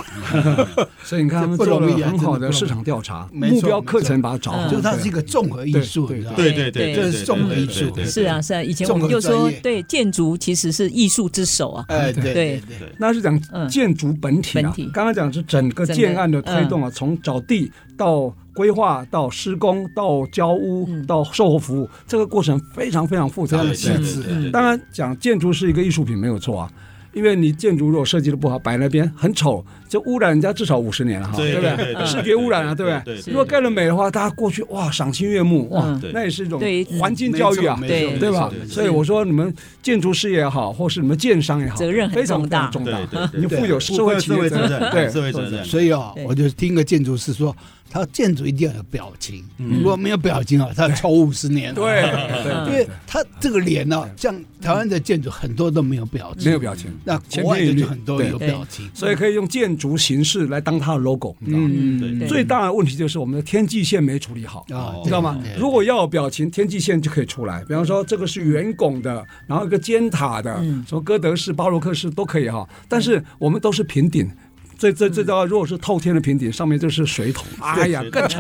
S1: 所以你看他们
S2: 这不
S1: 做
S2: 容
S1: 了
S2: 易啊
S1: 很好
S2: 真的不
S1: 的
S2: 容易
S1: 市场调查，
S2: 没错
S1: 目标课程把它找
S4: 没
S1: 好，
S4: 错嗯
S2: 就它是一
S1: 对
S2: 个综合艺术，
S1: 对
S2: 你知道吗
S5: 对对对，
S2: 这是综合艺术
S5: 对对对
S4: 是啊是啊，以前我
S2: 综合
S4: 们就说
S2: 专业
S4: 对建筑其实是艺术之首啊，
S2: 哎，对
S4: 对
S2: 对对，
S1: 那是讲
S4: 嗯
S1: 建筑本体啊
S4: 本体，嗯
S1: 刚刚讲是整个
S4: 整个
S1: 建案的推动啊，从找地到规划到施工到交屋
S4: 嗯
S1: 到售后服务，这个过程非常非常复杂
S2: 它
S1: 的
S2: 的
S1: 细
S2: 细
S1: 致。
S2: 致。
S1: 当然，讲建筑是一个艺术品没有错啊，因为你建筑如果设计的不好，摆那边很丑，就污染人家至少五十年了哈，
S5: 对
S1: 不
S5: 对对对
S1: 对？视觉污染啊，
S5: 对
S1: 对
S5: 对
S1: 不
S5: 对对对
S1: 如果盖了美的话，大家过去哇赏心悦目哇
S4: 嗯
S5: 对，
S1: 那也是一种
S4: 对
S1: 环境教育啊，
S2: 没错
S4: 对
S2: 没错
S1: 对吧
S2: 没错？
S1: 所以我说，你们建筑师也好，或是你们建商也好，
S4: 责任很
S1: 非常
S4: 重大
S1: 非常
S5: 对
S1: 重
S5: 对
S1: 大，
S5: 对
S1: 你负有社会企业责任，
S5: 对
S1: 对
S5: 社会责任，
S2: 所以啊
S4: 对，
S2: 我就听个建筑师说，他建筑一定要有表情，如果没有表情啊，他抽五十年。
S1: 嗯对，
S2: 因
S4: 嗯
S1: 对
S2: 为他这个脸呢，像台湾的建筑很多都没有表
S1: 没
S2: 情
S1: 有，表情，
S2: 那国外的就很多有表情。
S1: 所以可以用建筑形式来当它的 logo，你知道吗？
S5: 对
S4: 对
S1: 最大的问题就是我们的天际线没处理好。
S2: 啊，
S1: 你知道吗
S2: 对？
S1: 如果要有表情，天际线就可以出来。比方说，这个是圆拱的，然后一个尖塔的，
S4: 嗯
S1: 什么哥德式、巴洛克式都可以哈。但是我们都是平顶，最最最糟，如果是透天的平顶，上面就是水桶，哎呀，更丑。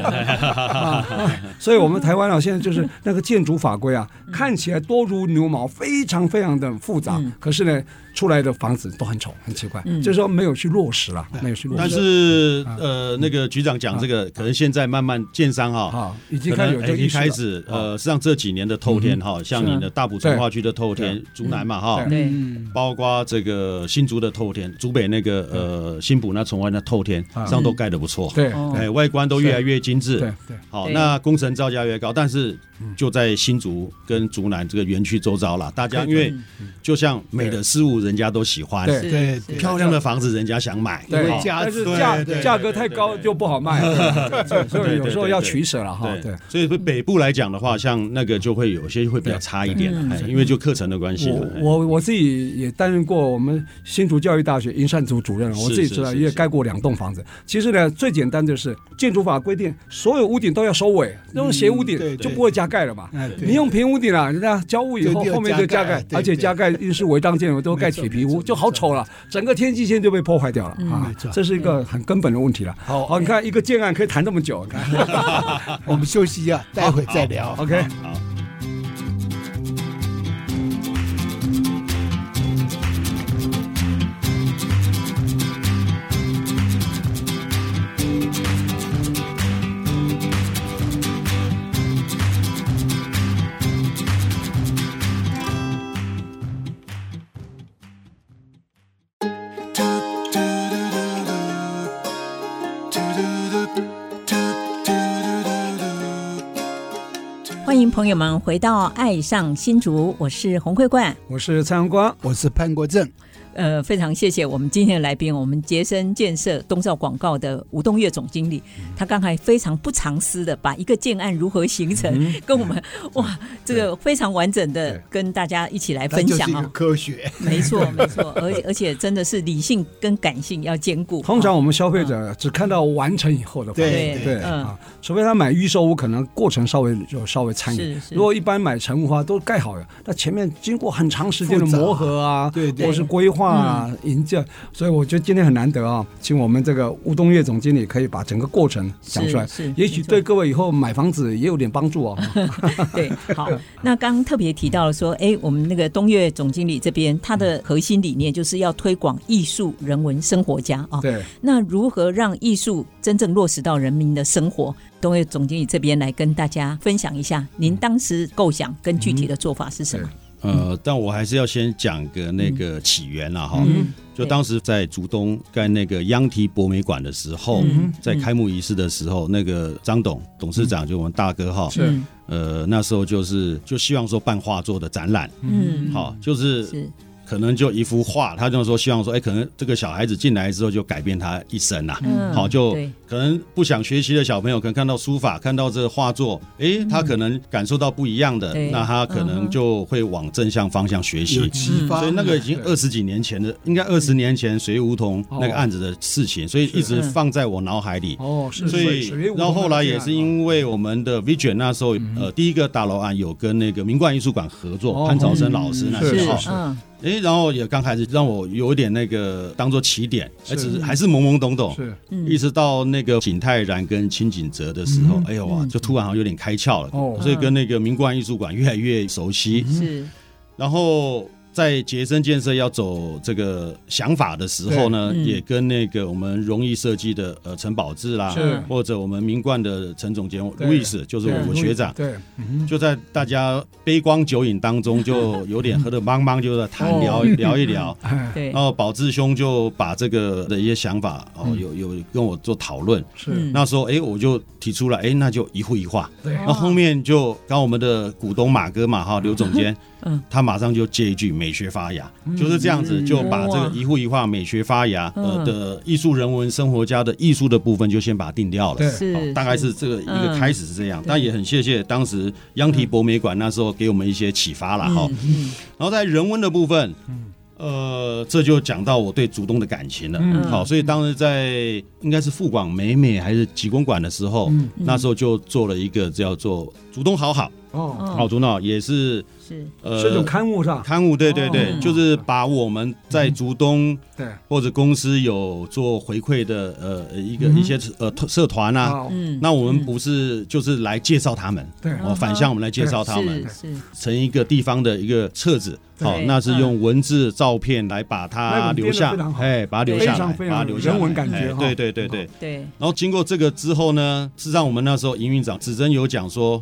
S1: 啊所以我们台湾啊，现在就是那个建筑法规啊，看起来多如牛毛，非常非常的复杂
S4: 嗯。
S1: 可是呢，出来的房子都很丑，很奇怪，就是说没有去落实了，没有去落实。
S5: 但
S1: 嗯
S5: 是
S1: 啊
S5: 呃，那个局长讲这个，可能现在慢慢建商哈。
S1: 啊，已经
S5: 可
S1: 开始
S5: 能
S1: 有这
S5: 哎
S1: 个
S5: 一
S1: 意识
S5: 开
S1: 了。嗯
S5: 始，呃，实际上这几年的透天哈，像你的大埔城化区的透天、竹南嘛哈，
S4: 对，
S1: 嗯
S5: 包括这个新竹的透天、竹北那个呃新埔那崇安的透天，实际上都盖得不错，
S1: 啊对
S4: 哦
S5: 哎，外观都越来越精致，
S1: 对对。嗯
S5: 好，
S4: 对
S5: 那工程造价越高，但是就在新竹跟竹南这个园区周遭啦，大家因为就像美的事物，人家都喜
S1: 嗯
S5: 欢，
S1: 对
S2: 对
S4: 是
S2: 对
S5: 漂亮的房子人家想买，
S1: 对哦
S5: 好
S2: 价
S1: 但是
S5: 对
S1: 价
S5: 对
S1: 价格太高就不好卖，对所以有时候要取舍了哈。对
S5: 对，，所以北部来讲的话，像那个就会有些会比较差一点，哎因为就课程的关系
S1: 我
S5: 了。哎
S1: 我我自己也担任过我们新竹教育大学营善组主任，
S5: 是
S1: 我自己知
S5: 是
S1: 道
S5: 是
S1: 也
S5: 是
S1: 盖过两栋房子。其实呢，最简单就是建筑法规定，所有屋顶都要收尾，用斜屋
S2: 对
S1: 顶
S2: 对
S1: 就不会加盖了嘛。
S2: 哎对
S1: 你用平屋顶啊，人家交屋以后
S2: 就一定要
S1: 后面就
S2: 加
S1: 加
S2: 盖
S1: 盖，
S2: 对
S1: 而且
S2: 对
S1: 加盖又是违章建筑，都盖
S2: 没错
S1: 铁皮
S2: 没
S1: 屋，
S2: 错
S1: 就好
S2: 没错
S1: 丑了，整个天际线就被破坏掉了啊
S2: 没错！
S1: 这是一个很根本的问题了。
S2: 好
S1: 好，你看一个建案可以谈这么久，你看。
S2: 我们休息一下，待会再聊。
S1: OK。
S4: 欢迎朋友们回到《爱上新竹》，我是洪慧冠。
S1: 我是蔡阳光，
S2: 我是潘国正，
S4: 呃，非常谢谢我们今天的来宾，我们杰森建设东兆广告的吴东岳总经理，
S1: 嗯
S4: 他刚才非常不藏私的把一个建案如何形成，跟我们哇，这个非常完整的
S1: 嗯对
S4: 跟大家一起来
S2: 它
S4: 分
S2: 就是
S4: 享
S2: 一
S4: 啊、
S2: 个科学，
S4: 没错， 没错，而且而且真的是理性跟感性要兼顾。
S1: 通常我们消费
S5: 啊
S1: 者只看到完成以后的反应，
S2: 对
S1: 对
S4: 嗯
S1: 啊，除非他买预售屋，可能过程稍微有稍微参与
S4: 是。是
S1: 如果一般买成屋的话，都盖好了，那前面经过很长时间的磨合啊，
S2: 复杂对对
S1: 或是规划啊、
S5: 嗯
S1: 营建，所以我觉得今天很难得啊，请我们这个吴东岳总经理可以把整个过程讲出来
S4: 是是，
S1: 也许
S4: 没错
S1: 对各位以后买房子也有点帮助哦。
S4: 对，好，那刚刚特别提到了说，哎，我们那个东岳总经理这边，他的核心理念就是要推广艺术、人文、生活家啊。
S1: 对，
S4: 那如何让艺术真正落实到人民的生活？东岳总经理这边来跟大家分享一下，您当时构想跟具体的做法是什么？
S5: 呃，但我还是要先讲个那个起源啦哈。
S1: 嗯
S5: 就当时在竹东盖那个央提博美馆的时候，
S1: 嗯
S5: 在开幕仪式的时候，那个张董董事长就我们大哥哈，
S1: 是
S4: 嗯
S5: 呃，那时候就是就希望说办画作的展览，
S4: 嗯，
S5: 好，就是
S4: 是
S5: 可能就一幅画，他就说希望说，哎、可能这个小孩子进来之后就改变他一生啦、
S4: 嗯
S5: 好，就
S4: 对
S5: 可能不想学习的小朋友，可能看到书法，看到这画作，诶，他可能感受到不一样的
S4: 对，
S5: 那他可
S4: 嗯哼
S5: 能就会往正向方向学习
S2: 有。启发，
S5: 所以那个已经
S1: 对
S5: 二十几年前的，应该二十年前水梧桐那个案子的事情，所以一直放在我脑海里。
S1: 哦，是，
S5: 所以
S1: 水月，梧桐
S5: 然后后来也
S1: 的
S5: 是
S1: 进嗯
S5: 因为我们的 Vision 那时候，呃，第一个大楼案有跟那个民冠艺术馆合
S1: 哦
S5: 作，潘朝生老师那
S1: 是
S5: 时候
S1: 是，
S4: 嗯，
S5: 诶，然后也刚开始让我有一点那个当做起点，
S1: 是
S5: 而只是还是懵懵懂懂，
S1: 是
S4: 嗯
S5: 一直到那个景泰然跟清景泽的时候，
S1: 嗯
S5: 哎呦哇，就突然好像有点开窍了，
S1: 哦嗯
S5: 所以跟那个民冠艺术馆越来越熟悉，
S4: 是
S5: 然后。在杰森建设要走这个想法的时候呢，
S4: 对嗯
S5: 也跟那个我们容易设计的呃陈宝志啦，
S1: 是
S5: 或者我们民冠的陈总监
S1: 对
S5: Louis，就是
S1: 对
S5: 我学长，
S1: 对，嗯
S5: 就在大家杯光酒影当中，就有点喝得茫茫，就在谈聊
S1: 哦
S5: 聊一聊。
S1: 哼，哎，
S4: 对
S5: 然，后宝志兄就把这个的一些想法
S4: 嗯
S5: 哦，有有跟我做讨论。
S1: 是，
S5: 那时候哎，我就提出来，哎，那就一户一画。
S4: 哦
S1: 对，
S5: 那后面就刚我们的股东马哥嘛哈，刘总监，
S4: 嗯
S5: 他马上就接一句美学发芽，就是这样子，就把这个一户一画美学发芽呃
S4: 嗯
S5: 的艺术人文生活家的艺术的部分，就先把它定掉了。
S1: 对
S4: 是
S5: 哦，大概是这个一个
S4: 嗯
S5: 开始是这样，
S4: 对
S5: 但也很谢谢当时央提博美馆那时候给我们一些启发啦。哈。
S4: 嗯嗯
S5: 然后在人文的部分，呃，这就讲到我对竹东的感情了。
S1: 嗯
S5: 好，所以当时在应该是富广美美还是吉公馆的时候，
S1: 嗯
S5: 那时候就做了一个叫做竹东好好
S1: 哦，
S5: 好
S4: 哦，
S5: 竹脑，也是
S4: 是
S5: 呃
S1: 是种刊物是吧？
S5: 刊物，对对对，
S4: 哦
S5: 就是把我们在竹东。
S1: 对，
S5: 或者公司有做回馈的，呃，一个
S1: 嗯哼
S5: 一些呃社团啊，
S1: 好，
S4: 嗯，
S5: 那我们不是就是来介绍他们，
S1: 对，
S5: 哦，反向我们来介绍他们，
S4: 是是
S5: 成一个地方的一个册子，好，
S4: 对
S5: 那是用文字、照片来把
S1: 嗯那
S5: 它
S1: 本编
S5: 留
S1: 得
S5: 下
S1: 非常，好
S5: 哎，把它留下
S1: 非
S5: 来，
S1: 常非常
S5: 把它留下来，
S1: 人文感觉
S5: 哎
S1: 哈
S5: 对对对对。
S4: 对，
S5: 然后经过这个之后呢，是让我们那时候营运长子珍有讲说。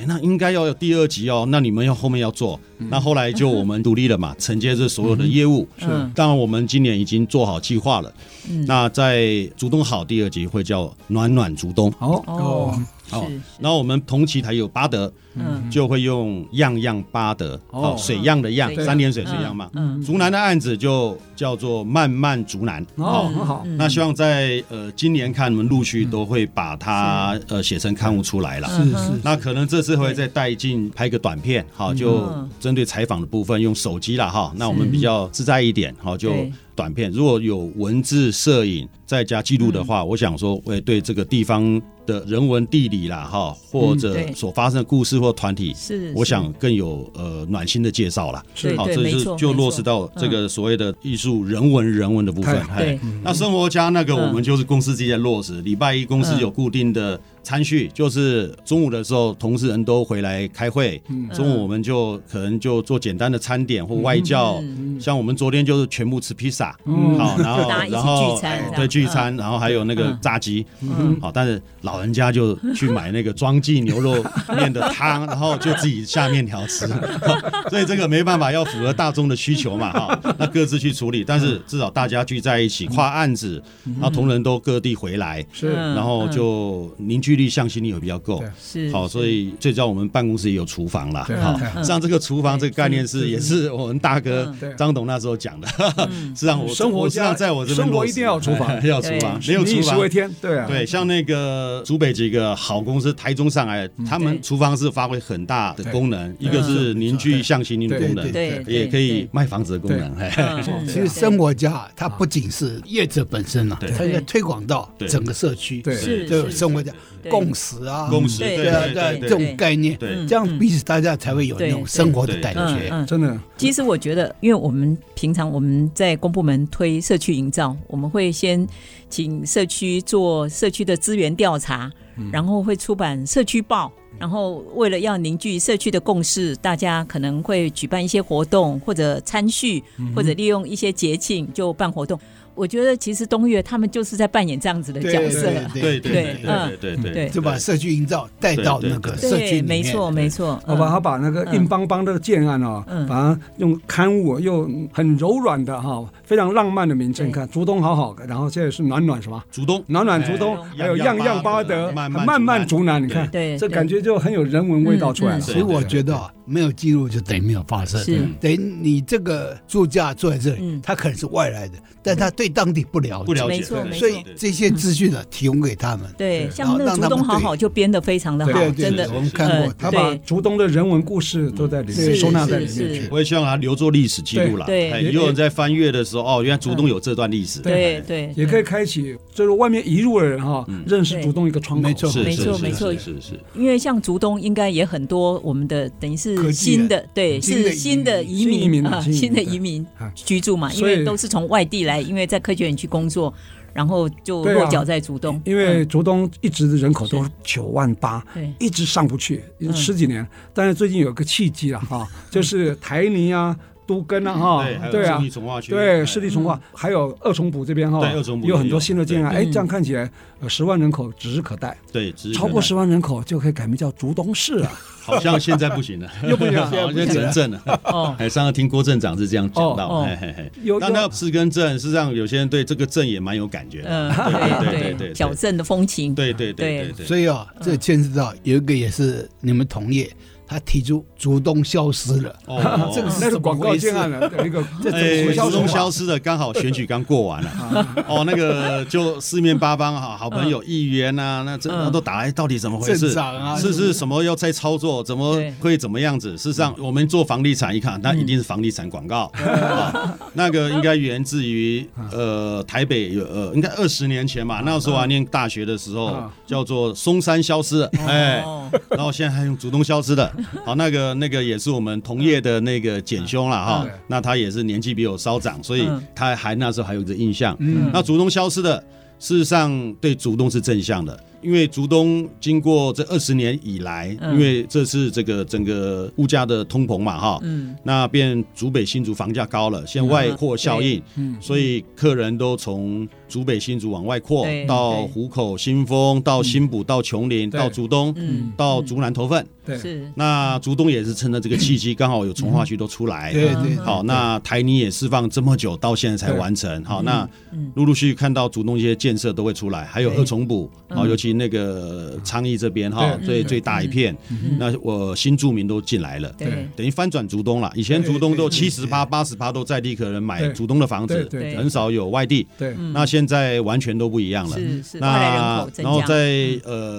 S5: 哎，那应该要有第二集哦。那你们要后面要做，
S1: 嗯
S5: 那后来就我们独立 了嘛，承接这所有的业务。
S4: 嗯
S5: 当然，我们今年已经做好计划了。
S4: 嗯
S5: 那在竹东好第二集会叫暖暖竹东。
S1: 好，
S4: 哦
S1: 哦，
S5: 哦
S4: 是，
S5: 然后我们同期台有巴德，
S4: 嗯
S5: 就会用样样巴德，
S1: 哦
S5: 哦，水样的样
S4: 嗯，
S5: 三点水水样嘛。
S4: 嗯
S5: 竹南的案子就叫做慢慢竹南，
S1: 哦，
S5: 哦。
S1: 很好，
S5: 那希望在呃今年看，我们陆续都会把它呃写成刊物出来了。
S1: 是是，
S5: 那可能这次会再带进拍个短片，好，就
S4: 嗯
S5: 针对采访的部分用手机了哈。那我们比较自在一点，好，就
S4: 对
S5: 短片。如果有文字、摄影再加记录的话，我想说会对这个地方的人文、地理啦哈，或者
S4: 对
S5: 所发生的故事或团体，
S4: 是，
S5: 我想更有呃暖心的介绍啦。
S4: 是
S5: 好，
S4: 对
S5: 这
S4: 对
S5: 就
S4: 没
S5: 是
S4: 错
S5: 就
S4: 没
S5: 落
S4: 错
S5: 实到这个所谓的艺术人文人文的部分
S1: 太。好
S5: 嘿
S4: 对，
S5: 那生活家那个
S4: 嗯
S5: 我们就是公司自己在落实，礼拜一公司有固定的餐序，就是中午的时候同事人都回来开会，
S4: 嗯
S5: 中午我们就可能就做简单的餐点或外教，
S4: 嗯
S5: 像我们昨天就是全部吃披萨，
S1: 嗯
S5: 好，然后
S4: 大家一起
S5: 然后
S4: 聚餐
S5: 哎
S4: 这样
S5: 对聚餐，然后还有那个
S4: 嗯
S5: 炸鸡，
S4: 嗯
S5: 好，但是老人家就去买那个庄记牛肉面的汤，然后就自己下面条吃， 所以这个没办法，要符合大众的需求嘛，哈，那各自去处理，但
S4: 嗯
S5: 是至少大家聚在一起跨案子，然后同仁都各地回来，
S1: 是，
S4: 嗯
S5: 然后就凝聚力、向心力也比较够
S1: 对。
S4: 是
S5: 好，所以最早我们办公室也有厨房啦。
S1: 对
S5: 好
S1: 嗯，
S4: 嗯
S5: 像这个厨房这个概念是
S1: 对
S5: 也是我们大哥
S1: 嗯对
S5: 张董那时候讲的，
S4: 嗯
S5: 是让我
S1: 生活
S5: 我是让
S1: 家
S5: 在我这边
S1: 生活
S5: 落
S1: 一
S5: 实
S1: 定要有厨房
S5: 要厨房，没有
S1: 民
S5: 厨
S1: 以食
S5: 房
S1: 为天，对啊，
S5: 对，像那个竹北几个好公司，台中上来，
S1: 嗯
S5: 他们厨房是发挥很大的功能，一个是凝聚向心力的功能，
S4: 对，
S5: 也可以卖房子的功能，嘿
S4: 嗯
S5: 嘿
S1: 对
S2: 其实哎生活家它不仅是业者本身啊，
S5: 对
S2: 它应该推广到
S5: 对
S2: 整个社区，
S1: 对
S4: 是
S2: 这种生活家共
S4: 识，
S2: 识啊，
S5: 共识，
S4: 对
S5: 对
S2: 啊，啊
S5: 对
S2: 这
S5: 对
S2: 种概念，
S5: 对
S4: 嗯
S2: 这样彼此大家才会有那种生活的感
S4: 嗯
S2: 觉。
S4: 嗯。
S1: 真的，
S4: 其实我觉得，因为我们平常我们在公部门推社区营造，我们会先请社区做社区的资源调查，
S2: 嗯
S4: 然后会出版社区报。然后，为了要凝聚社区的共识，大家可能会举办一些活动，或者参叙，
S2: 嗯
S4: 或者利用一些节庆就办活动。我觉得，其实东岳他们就是在扮演这样子的角色。
S5: 对对对
S4: 对嗯
S5: 对对对，
S2: 就把社区营造带到那个社区
S4: 对，
S2: 里面，
S4: 没错，没错。
S1: 我把它把那个硬邦邦的建案啊，
S4: 嗯
S1: 把它用刊物又很柔软的哈、非常浪漫的名称
S4: 对
S1: 看，竹东好好，然后现在是暖暖什么？
S5: 竹东
S1: 暖暖竹东，
S5: 哎
S1: 还有样样巴德，
S5: 慢
S1: 慢慢
S5: 竹
S1: 竹南，你看，
S4: 对
S1: 这
S4: 对
S1: 感觉就很有人文味道出来了。
S5: 嗯嗯
S2: 所以我觉得啊没有记录就等于没有发生，
S4: 是
S2: 等于你这个住家坐在这里
S4: 嗯，
S2: 他可能是外来的，但他对当地不了
S5: 不
S2: 解，
S5: 了
S4: 没
S5: 解，
S4: 错没错
S2: 所以
S5: 对
S2: 这些资讯呢提供给他们。
S4: 对，
S1: 是
S4: 像那
S2: 然
S4: 个竹
S2: 后让他
S4: 东
S2: 们
S4: 好
S2: 对
S4: 好就编的非常的好
S2: 对，
S4: 真
S2: 对，
S4: 的
S2: 对，我们看过
S4: 呃，
S2: 他
S4: 对
S2: 把
S1: 竹东的人文故事都在里面
S2: 是
S1: 收纳在里
S4: 是
S1: 面
S4: 是
S1: 去。
S5: 我也希望他留作历史记录啦。
S4: 对
S5: 哎
S1: 对
S5: 也有人在翻阅的时候，哦，原来竹东有这段历史。
S4: 对
S5: 哎
S4: 对，
S1: 也可以开启，就是外面移入的人哈，认识竹东一个窗口。
S2: 没错
S5: 是
S4: 没
S5: 是
S4: 错
S5: 是
S4: 没错
S5: 是是是。
S4: 因为像竹东应该也很多我们的等于
S2: 科
S4: 是
S2: 技人
S4: 新的对
S2: 新的
S4: 是新的
S1: 移
S4: 移
S1: 民新移民
S4: 民
S1: 啊
S4: 啊
S1: 新移民
S4: 新的
S1: 对
S4: 移民
S1: 啊
S4: 居住嘛，因
S1: 所以
S4: 为都是从外地来，因为在科学园区工作，然后就
S1: 对啊
S4: 落脚在竹东，
S1: 因为
S5: 嗯
S1: 竹东一直的人口都九万八，
S4: 对
S1: 一直上不去，
S5: 嗯
S1: 十几年。但是最近有个契机了哈，就是台泥啊、都根啊
S5: 对，还
S1: 哈，
S5: 有
S1: 对啊
S5: 重力，从化区，
S1: 对
S5: 哎
S1: 湿地重化，还有二重埔这边哈
S5: 对二重，埔
S1: 有很
S5: 也
S1: 多
S5: 有
S1: 新的建案，
S4: 对
S1: 哎，
S4: 嗯
S1: 这样看起来十万人口指日可待，
S5: 对，只是
S1: 超过
S5: 可能
S1: 十万人口就可以改名叫竹东市了。
S5: 好像现在不行了，
S1: 又不行了
S5: 好像现在只能正了。
S4: 哦，
S5: 哎，上次听郭镇长是这样讲
S4: 哦
S5: 到，
S4: 哦
S5: 嘿嘿嘿。
S1: 有
S5: 那
S1: 有
S5: 那是跟正，事实上有些人对这个正也蛮有感觉的。
S4: 嗯， 对
S5: 对对对对
S4: 对，
S5: 对
S4: 小镇的风情，
S5: 对对对对对，
S2: 所以啊，这牵涉到有一个也是你们同业，他提出竹东消失了，
S5: 哦
S2: 这个是
S1: 那是
S2: 怎么
S1: 广告
S2: 回事
S1: 建案 了，那个这种
S5: 哎，
S1: 营销
S5: 竹
S1: 手
S5: 东
S1: 法
S5: 消失了，刚好选举刚过完了，哦，那个就四面八方好好朋友、议员啊，那这那都打来，到底怎么回
S2: 镇
S5: 事？
S2: 长啊，
S5: 是是什么要在操作？怎么
S4: 对
S5: 会怎么样子？事实上，我们做房地产一看，那一定是房地产广告。啊那个应该源自于呃台北有呃应该二十年前嘛，那时候我还念大学的时候
S1: 啊
S5: 叫做松山消失，哎，
S4: 哦，
S5: 然后现在还用主动消失的。好，那个那个也是我们同业的那个简兄啦哈
S1: 嗯，
S5: 那他也是年纪比我稍长，所以
S4: 嗯
S5: 他还那时候还有这印象。
S1: 嗯
S5: 那竹东消失的，事实上对竹东是正向的，因为竹东经过这二十年以来，
S4: 嗯
S5: 因为这是这个整个物价的通膨嘛，哈，
S4: 嗯，
S5: 那变竹北新竹房价高了，现在外扩效应，
S1: 嗯
S5: 所以客人都从竹北新竹往外扩
S4: 对，
S5: 到
S4: 对
S5: 湖口新丰，到新埔，到琼林，
S1: 对
S5: 到竹东，
S4: 嗯
S5: 到竹南头份。
S1: 对
S4: 是，
S5: 那竹东也是趁着这个契机，刚好有从化区都出来，
S2: 对
S4: 嗯
S2: 对，
S5: 好，那台泥也释放这么久，到现在才
S1: 对
S5: 完成。好，那
S4: 嗯
S5: 陆陆续续看到竹东一些建设都会出来，还有
S4: 对
S5: 二重埔，
S4: 嗯
S5: 好，尤其那个昌邑这边哈，
S1: 对
S5: 最
S4: 嗯
S5: 最大一片，那我新住民都进来了。
S4: 对
S5: 等于翻转竹东了，以前竹东
S2: 对
S5: 都
S2: 对
S5: 七十趴、八十趴都在地可能买
S1: 对
S5: 竹东的房
S1: 对
S5: 子，
S1: 对
S4: 对
S5: 很少有外地。
S1: 对
S4: 嗯
S5: 那现在完全都不一样了。
S4: 是是，外来人
S5: 那
S4: 口增
S5: 然后
S4: 加，嗯
S5: 在呃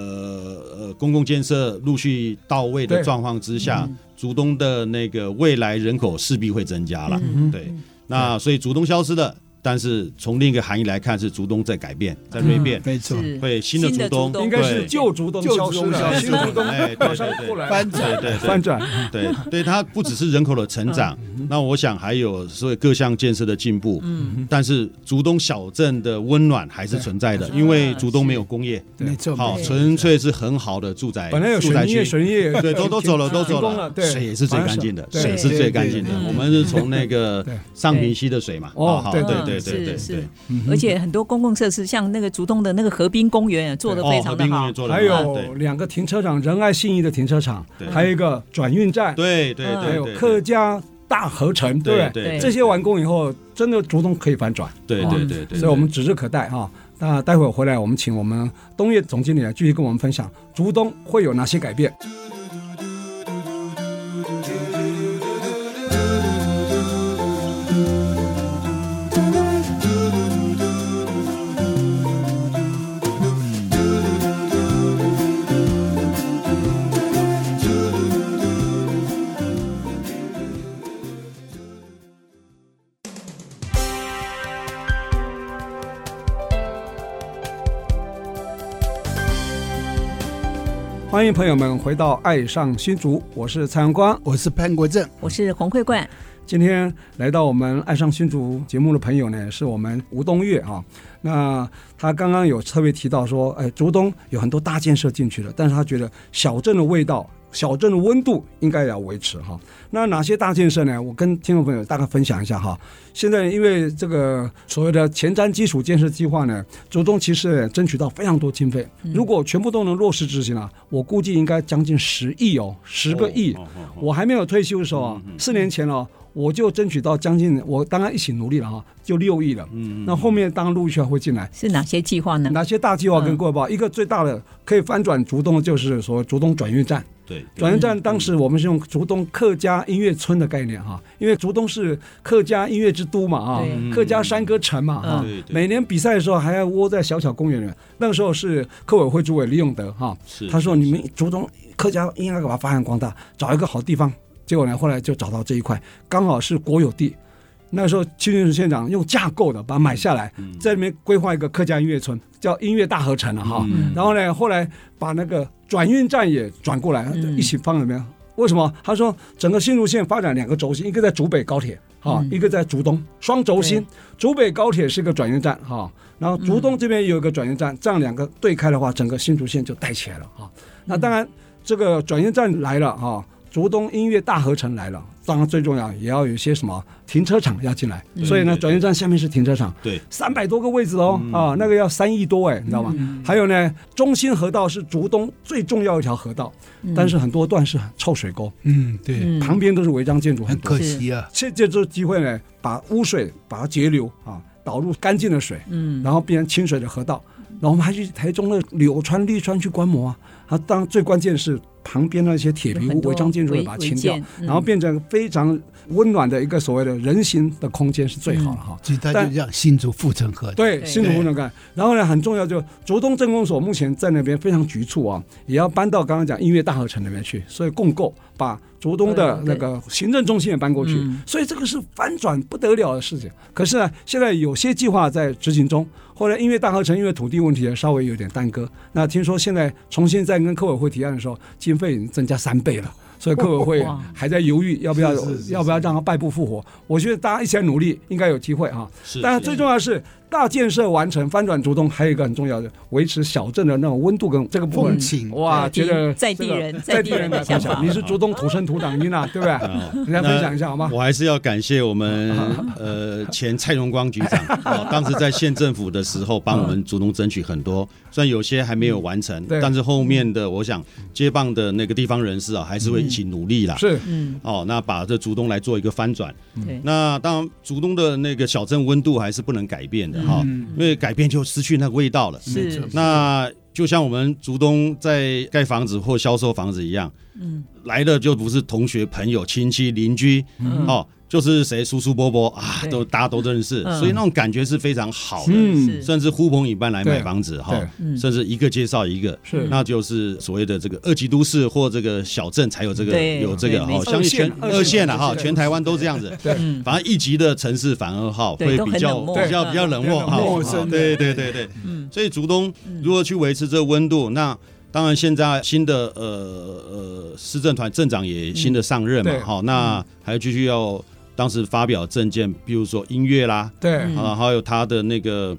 S5: 呃公共建设陆续到位的
S1: 对
S5: 状况之下，
S4: 嗯
S5: 竹东的那个未来人口势必会增加了。
S1: 嗯
S5: 对，那所以竹东消失了，但是从另一个含义来看，是竹东在改变，在锐变，
S2: 没错，
S4: 是
S5: 会新的
S4: 新
S5: 竹
S4: 的
S5: 东
S4: 竹东
S1: 应该是
S5: 对
S1: 旧竹东
S2: 旧
S1: 消失
S2: 竹东消
S1: 了，
S2: 失
S1: 新竹东
S5: 哎对对
S1: 马上过来
S2: 翻转
S5: 对对对
S1: 翻转。
S5: 对，对它不只是人口的成长，那我想还有所以各项建设的进步。嗯，但是竹东小镇的温暖还是存在的，因为竹东没有工业，
S2: 没错，
S5: 好，
S2: 没错
S5: 纯粹是很好的住宅，
S1: 本来有
S5: 住
S1: 水
S5: 宅
S1: 泥业，
S5: 区。
S1: 水泥业
S5: 对，都都走了，都
S1: 停
S5: 走
S1: 工了，对，
S5: 水也是最干净的，
S1: 对
S5: 水是最干净的
S2: 对对。
S5: 我们是从那个
S1: 对
S5: 上平溪的水嘛，
S1: 哦
S5: 好好
S1: 对
S5: 对
S1: 对
S5: 对对
S4: 嗯
S5: 对
S4: 是
S5: 对
S4: 是，而且很多公共设施，像那个竹东的那个河滨公园也做的非
S5: 哦，
S4: 常
S5: 和
S4: 的
S5: 平公
S4: 好
S5: 园，做的
S1: 还有
S5: 对
S1: 两个停车场，仁爱信义的停车场，
S5: 对
S1: 还有一个转运站，
S5: 对对对
S4: 嗯
S1: 还有
S5: 对
S1: 客家大合成，对
S5: 对
S1: 不对？
S5: 对
S1: 这些完工以后，真的竹东可以反转，
S5: 对对对对，
S1: 所以我们指日可待哈。那待会儿回来，我们请我们东岳总经理来继续跟我们分享竹东会有哪些改变。欢迎朋友们回到《爱上新竹》，我是蔡阳光。
S2: 我是潘国正，
S4: 我是洪慧冠，
S1: 今天来到我们《爱上新竹》节目的朋友呢，是我们吴东岳啊。那他刚刚有特别提到说，哎，竹东有很多大建设进去了，但是他觉得小镇的味道、小镇的温度应该要维持哈。那哪些大建设呢？我跟听众朋友大概分享一下哈。现在因为这个所谓的前瞻基础建设计划呢，竹东其实争取到非常多经费，
S5: 嗯
S1: 如果全部都能落实执行啊，我估计应该将近十亿哦，十个亿。
S5: 哦哦哦
S1: 我还没有退休的时候
S5: 嗯
S1: 啊，四年前哦，我就争取到将近，我当然一起努力了哈，就六亿了。
S5: 嗯
S1: 那后面当然陆续还会进来。
S4: 是哪些计划呢？
S1: 哪些大计划跟
S4: 嗯
S1: 各位报？一个最大的可以翻转竹东的就是所谓竹东转运站，
S5: 对，嗯
S1: 转运站当时我们是用竹东客家音乐村的概念哈，因为竹东是客家音乐之都嘛啊
S4: 对，
S1: 客家山歌城嘛哈
S5: 嗯嗯对，对
S1: 每年比赛的时候还要窝在小小公园里面。那个时候是客委会主委李永德啊哈，
S5: 是
S1: 他说你们竹东客家应该把它发扬光大，找一个好地方。结果呢，后来就找到这一块，刚好是国有地。那时候邱建市县长用架构的把它买下来，
S5: 嗯
S1: 在里面规划一个客家音乐村，叫音乐大合成了哈。
S5: 嗯
S1: 然后呢，后来把那个转运站也转过来，
S4: 嗯
S1: 一起放在里面。为什么？他说整个新竹县发展两个轴心，一个在竹北高铁哈，
S4: 嗯
S1: 一个在竹东，双轴心
S4: 对。
S1: 竹北高铁是一个转运站哈，然后竹东这边也有一个转运站，这样两个对开的话，整个新竹县就带起来了哈。
S5: 嗯
S1: 那当然，这个转运站来了哈，竹东音乐大合成来了，当然最重要也要有一些什么停车场要进来，所以呢，
S5: 嗯对对
S1: 转运站下面是停车场，
S5: 对，
S1: 三百多个位置哦，啊，那个要三亿多哎，你知道吗？
S4: 嗯
S1: 还有呢，中心河道是竹东最重要一条河道，但是很多段是臭水沟，
S2: 嗯，对，
S4: 嗯
S1: 旁边都是违章建筑，很
S2: 很
S1: 多。
S2: 可惜啊。
S1: 借借这机会呢，把污水把它截流啊，导入干净的水，
S4: 嗯，
S1: 然后变成清水的河道。然后我们还去台中的柳川、绿川去观摩啊。啊，当然最关键是旁边那些铁皮
S4: 有
S1: 屋
S4: 很、多
S1: 违章建筑也把它
S4: 违
S1: 清掉
S4: 违建，嗯
S1: 然后变成非常温暖的一个所谓的人行的空间是最好了哈。
S2: 其实他
S1: 但
S2: 就让新竹复成河
S1: 对，
S4: 对
S1: 新竹不能干。然后呢，很重要就竹东镇公所目前在那边非常局促啊，也要搬到刚刚讲音乐大合成那边去，所以共购把竹东的
S4: 对
S1: 那
S4: 对
S1: 个行政中心也搬过去
S4: 嗯，
S1: 所以这个是翻转不得了的事情。可是呢，现在有些计划在执行中，后来音乐大合成因为土地问题也稍微有点耽搁。那听说现在重新再跟客委会提案的时候，经费已经增加三倍了。所以客委会
S4: 哇
S1: 还在犹豫要不要
S2: 是是是
S1: 要不要让它败部复活，我觉得大家一起来努力，应该有机会啊。
S5: 是，
S1: 但
S5: 是
S1: 是最重要的是，大建设完成，翻转竹东，还有一个很重要的，维持小镇的那种温度跟这个部分
S2: 风。情，
S1: 哇，
S4: 对
S1: 觉得
S4: 在地
S1: 这个
S4: 人
S1: 在
S4: 在地
S1: 地人
S4: 人
S1: 的
S4: 的想
S1: 分享，
S4: 法哦
S1: 你是竹东土生土长音啊，对 不对？跟大家分享一下好吗？
S5: 我还是要感谢 我们呃前蔡荣光局长、哦，当时在县政府的时候帮我们主动争取很多，虽然有些还没有完成，
S1: 嗯对
S5: 但是后面的我想接棒的那个地方人士啊，还是会一起努力啦。
S1: 是嗯
S4: 嗯，
S5: 哦，那把这竹东来做一个翻转。
S4: 对，
S5: 那当然，竹东的那个小镇温度还是不能改变的哈、
S1: 嗯
S5: 因为改变就失去那个味道了。
S4: 是
S5: 那就像我们竹东在盖房子或销售房子一样，嗯，来的就不是同学、朋友、亲戚、邻居，哦，就是谁叔叔伯伯啊，
S4: 嗯对
S5: 都大家都认识，
S4: 嗯
S5: 所以那种感觉是非常好的，
S1: 嗯
S4: 是
S5: 甚至呼朋引伴来
S1: 对
S5: 买房子哈
S1: 对，
S5: 甚至一个介绍一个，
S1: 是
S5: 那就是所谓的这个二级都市或这个小镇才有这个
S4: 对
S5: 有这个
S4: 对没
S5: 哈，
S4: 错
S5: 相信全
S1: 二线
S5: 二线了啊
S1: 二
S5: 哈，
S1: 线
S5: 全台湾都这样子，
S1: 对
S4: 嗯
S5: 反正一级的城市反而哈
S4: 对
S5: 会
S4: 都
S5: 比
S4: 很
S5: 较
S4: 冷漠嗯
S5: 比较比较冷漠哈，
S1: 陌生的
S5: 对对对对，所以竹东如何去维持这个温度，那。当然，现在新的呃呃市政团镇长也新的上任嘛
S1: 嗯，对
S5: 哈、那还继续要当时发表政见，比如说音乐啦，
S1: 对
S4: 嗯
S5: 啊，还有他的那个